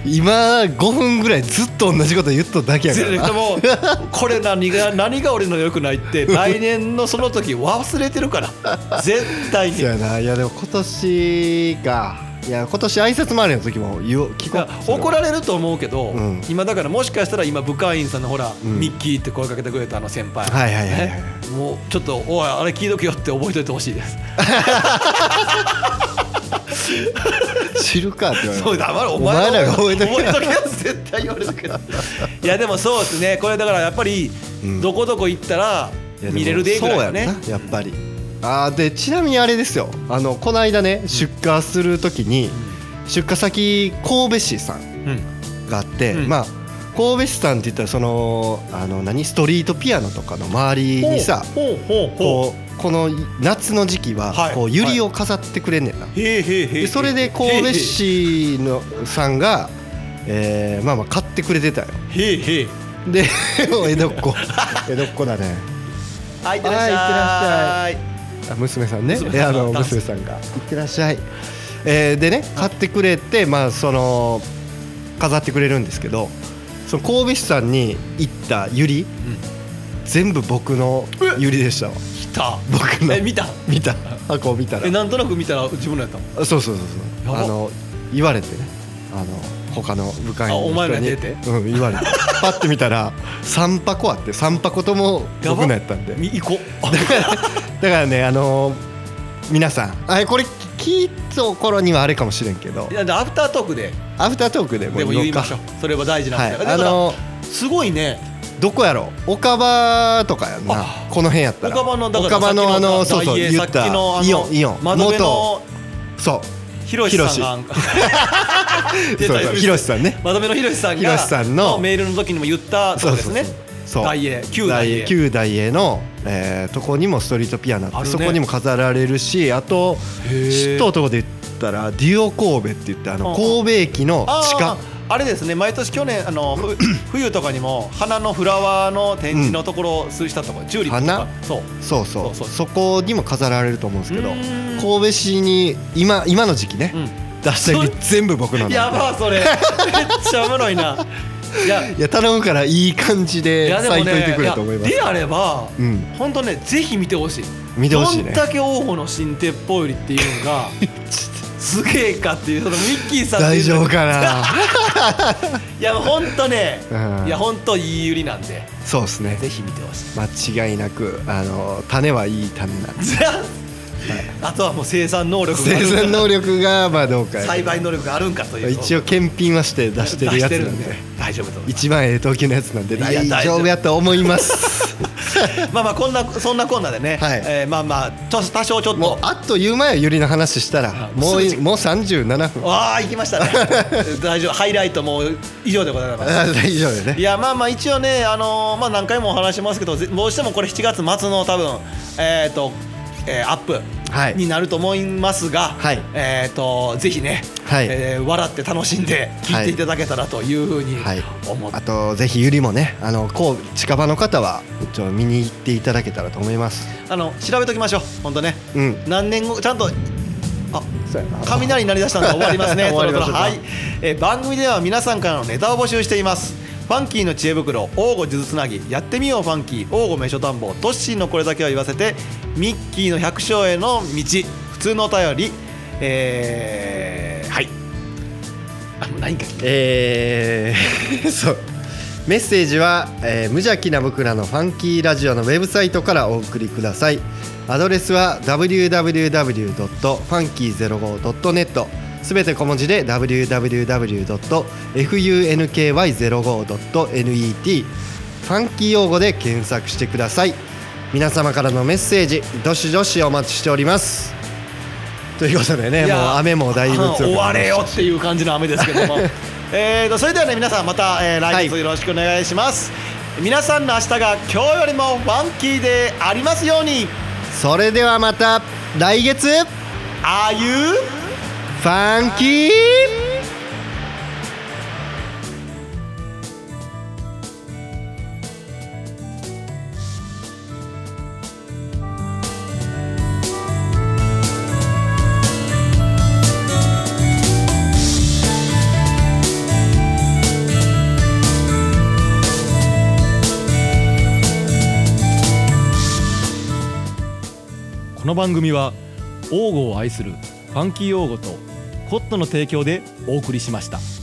S1: 今5分ぐらいずっと同じこと言っとっただけやか
S2: ぜひ
S1: ら
S2: と
S1: な
S2: もこれ何が 何が俺の良くないって来年のその時忘れてるから絶対に
S1: そうやないやでも今年かいや今年挨拶回りの時も言おう聞こ
S2: だ
S1: う
S2: から
S1: それは
S2: 怒られると思うけど、
S1: うん
S2: 今だからもしかしたら今部会員さんのほら、
S1: ん
S2: ミッキーって声かけてくれたあの先輩、
S1: はいはいはいはい
S2: ねもうちょっとおいあれ聞いとけよって覚えといてほしいです
S1: 知るかって言われ
S2: そう
S1: る
S2: だまお
S1: お前
S2: 前
S1: らが
S2: 覚
S1: 覚
S2: え
S1: え
S2: と
S1: とけ
S2: け覚えとけよって絶対言われるけどいやでもそうですねこれだからやっぱり、
S1: うん
S2: どこどこ行ったら見れるでぐらいだね
S1: そうやんなやっぱりあーでちなみにあれですよあのこの間ね出荷する時に出荷先神戸市さん
S2: うん
S1: があって、
S2: うん
S1: まあ神戸市さんって言ったらそのあの何ストリートピアノとかの周りにさ
S2: ほうほうほうほ
S1: こうこの夏の時期
S2: は
S1: はいこうユリを飾ってくれんねんな、
S2: うへえへえへえ
S1: でそれで神戸市のさんが、えーまあまあ買ってくれてたよ
S2: へえへえ
S1: で 江戸 っ子江戸っ子だね
S2: はいいってらっしゃ
S1: はいあ娘さんね
S2: 娘さん
S1: えあの
S2: ダンス
S1: 娘さんが「いってらっしゃい」えーでね買ってくれてまあその飾ってくれるんですけどその神戸市さんに行ったユリ全部僕のユリでしたわ
S2: うん来た
S1: 僕の
S2: え見た
S1: 見た箱を見たら
S2: えなんとなく見たら自分のやった
S1: そうそうそう
S2: や
S1: そう
S2: ば
S1: あの言われてねあの他の部会員の人に
S2: あお前らに出て
S1: うん言 われてパッて見たら3箱あって3箱とも
S2: やば
S1: 僕のやったんで
S2: み行こう
S1: だからねあの皆さんあこれ聞いた頃にはあれかもしれんけど
S2: いやでアフタートークで
S1: アフタートークでも
S2: で
S1: う
S2: も
S1: 言お
S2: 言いう
S1: か
S2: ましょうそれは大事なん
S1: は
S2: だ
S1: い
S2: よ、
S1: あ
S2: だから
S1: の
S2: すごいね
S1: どこやろう岡場とかやんな
S2: あ
S1: この辺やったら
S2: 岡場のだから
S1: 岡場のあの
S2: さ
S1: そ
S2: っ
S1: う
S2: き
S1: そう
S2: ダイエー
S1: 言っ
S2: さっきのあ
S1: た
S2: の
S1: イオンイオン
S2: 窓辺
S1: 元
S2: の
S1: そう
S2: ひろしさんが
S1: そう
S2: 出た
S1: そう
S2: よ
S1: ひろしさんね
S2: まとめのひろしさんが
S1: ひろしさんの
S2: メールの時にも言ったとこですね
S1: そう
S2: 大英旧大英
S1: 旧大英の、えーとこにもストリートピアノあって
S2: あるね
S1: そこにも飾られるしあと
S2: へ
S1: 知
S2: ー
S1: ったとこで言ったらデュオ神戸って言ってあ
S2: うん
S1: の
S2: うん
S1: 神戸駅の
S2: あー
S1: 地下
S2: あれですね毎年去年あ のふ冬とかにも花のフラワーの展示のところを数したところ、チューリップとか
S1: 花
S2: そう
S1: そうそう
S2: そ
S1: そう
S2: そう
S1: こにも飾られると思うんですけど
S2: うーん
S1: 神戸市に今今の時期ね、
S2: うん
S1: 出したり全部僕なんで
S2: や ばそれめっちゃおもろいないや
S1: いや頼むからいい感じ
S2: い
S1: で
S2: やでも
S1: 咲いといて
S2: ね
S1: くれと思います
S2: いやであれば、
S1: うん
S2: 本当ねぜひ見てほしい
S1: 見てほしいね
S2: どんだけ王鵬の新鉄砲よりっていうの がすげえかっていうそのミッキーさんってい
S1: 大丈
S2: うの
S1: 夫か な
S2: いや本当ね、
S1: うん
S2: いや本当いい売りなんで
S1: そうですね
S2: ぜひ見てほしい
S1: 間違いなくあの種はいい種なんで
S2: あとはもう生産能力があ
S1: 生
S2: るんか
S1: 産能力がまあどうかやけど
S2: 栽培能力があるんかという
S1: 一応検品はして出してるやつなん
S2: 出して
S1: で
S2: るんで大丈夫と思います
S1: 一番ええ東京のやつなんで
S2: いや
S1: 大丈夫やと思います
S2: まあまあこんなそんなこんなでね、
S1: はい
S2: えーまあまあちょ多少ちょっ
S1: もう
S2: と
S1: あっという間やゆりの話したら
S2: あ
S1: もう
S2: す
S1: い
S2: ぐ
S1: もう37分
S2: ああ行き ましたね大丈夫ハイライトも以上でございます
S1: あ大丈夫よ
S2: い
S1: ね
S2: やまあまあ一応ね、あのーまあ、何回もお話しますけどぜどうしてもこれ7月末の多分えっ、と、えーアップ
S1: はい
S2: になると思いますが、
S1: はい
S2: えっ、とぜひね、
S1: はい
S2: えー笑って楽しんで聞いていただけたらというふうに
S1: はい
S2: 思って、
S1: あとぜひゆりもねあのこう近場の方はちょ見に行っていただけたらと思います
S2: あの調べときましょう本当ね、
S1: うん
S2: 何年後ちゃんとあ
S1: そうやな
S2: 雷になりだしたんで終わりますね
S1: 終わりましょう
S2: そろそろはい、えー番組では皆さんからのネタを募集していますファンキーの知恵袋王吾数珠つなぎやってみようファンキー王吾名所探訪トッシーのこれだけは言わせてミッキーの百姓への道普通のお便りえー、はいあもうないんか
S1: えー そうメッセージは、えー無邪気な僕らのファンキーラジオのウェブサイトからお送りくださいアドレスは www.funky05.net すべて小文字で www.funky05.net ファンキー用語で検索してください皆様からのメッセージどしどしお待ちしておりますということでね
S2: い
S1: もう
S2: や
S1: 雨もだいぶ強くなりました
S2: 終われよっていう感じの雨ですけ どもえーとそれではね皆さんまた、えー来月よろしくお願いします、皆さんの明日が今日よりもワンキーでありますように
S1: それではまた来月フ
S2: ああいう
S1: ァンキー
S2: この番組は王語を愛するファンキー王語とコットの提供でお送りしました。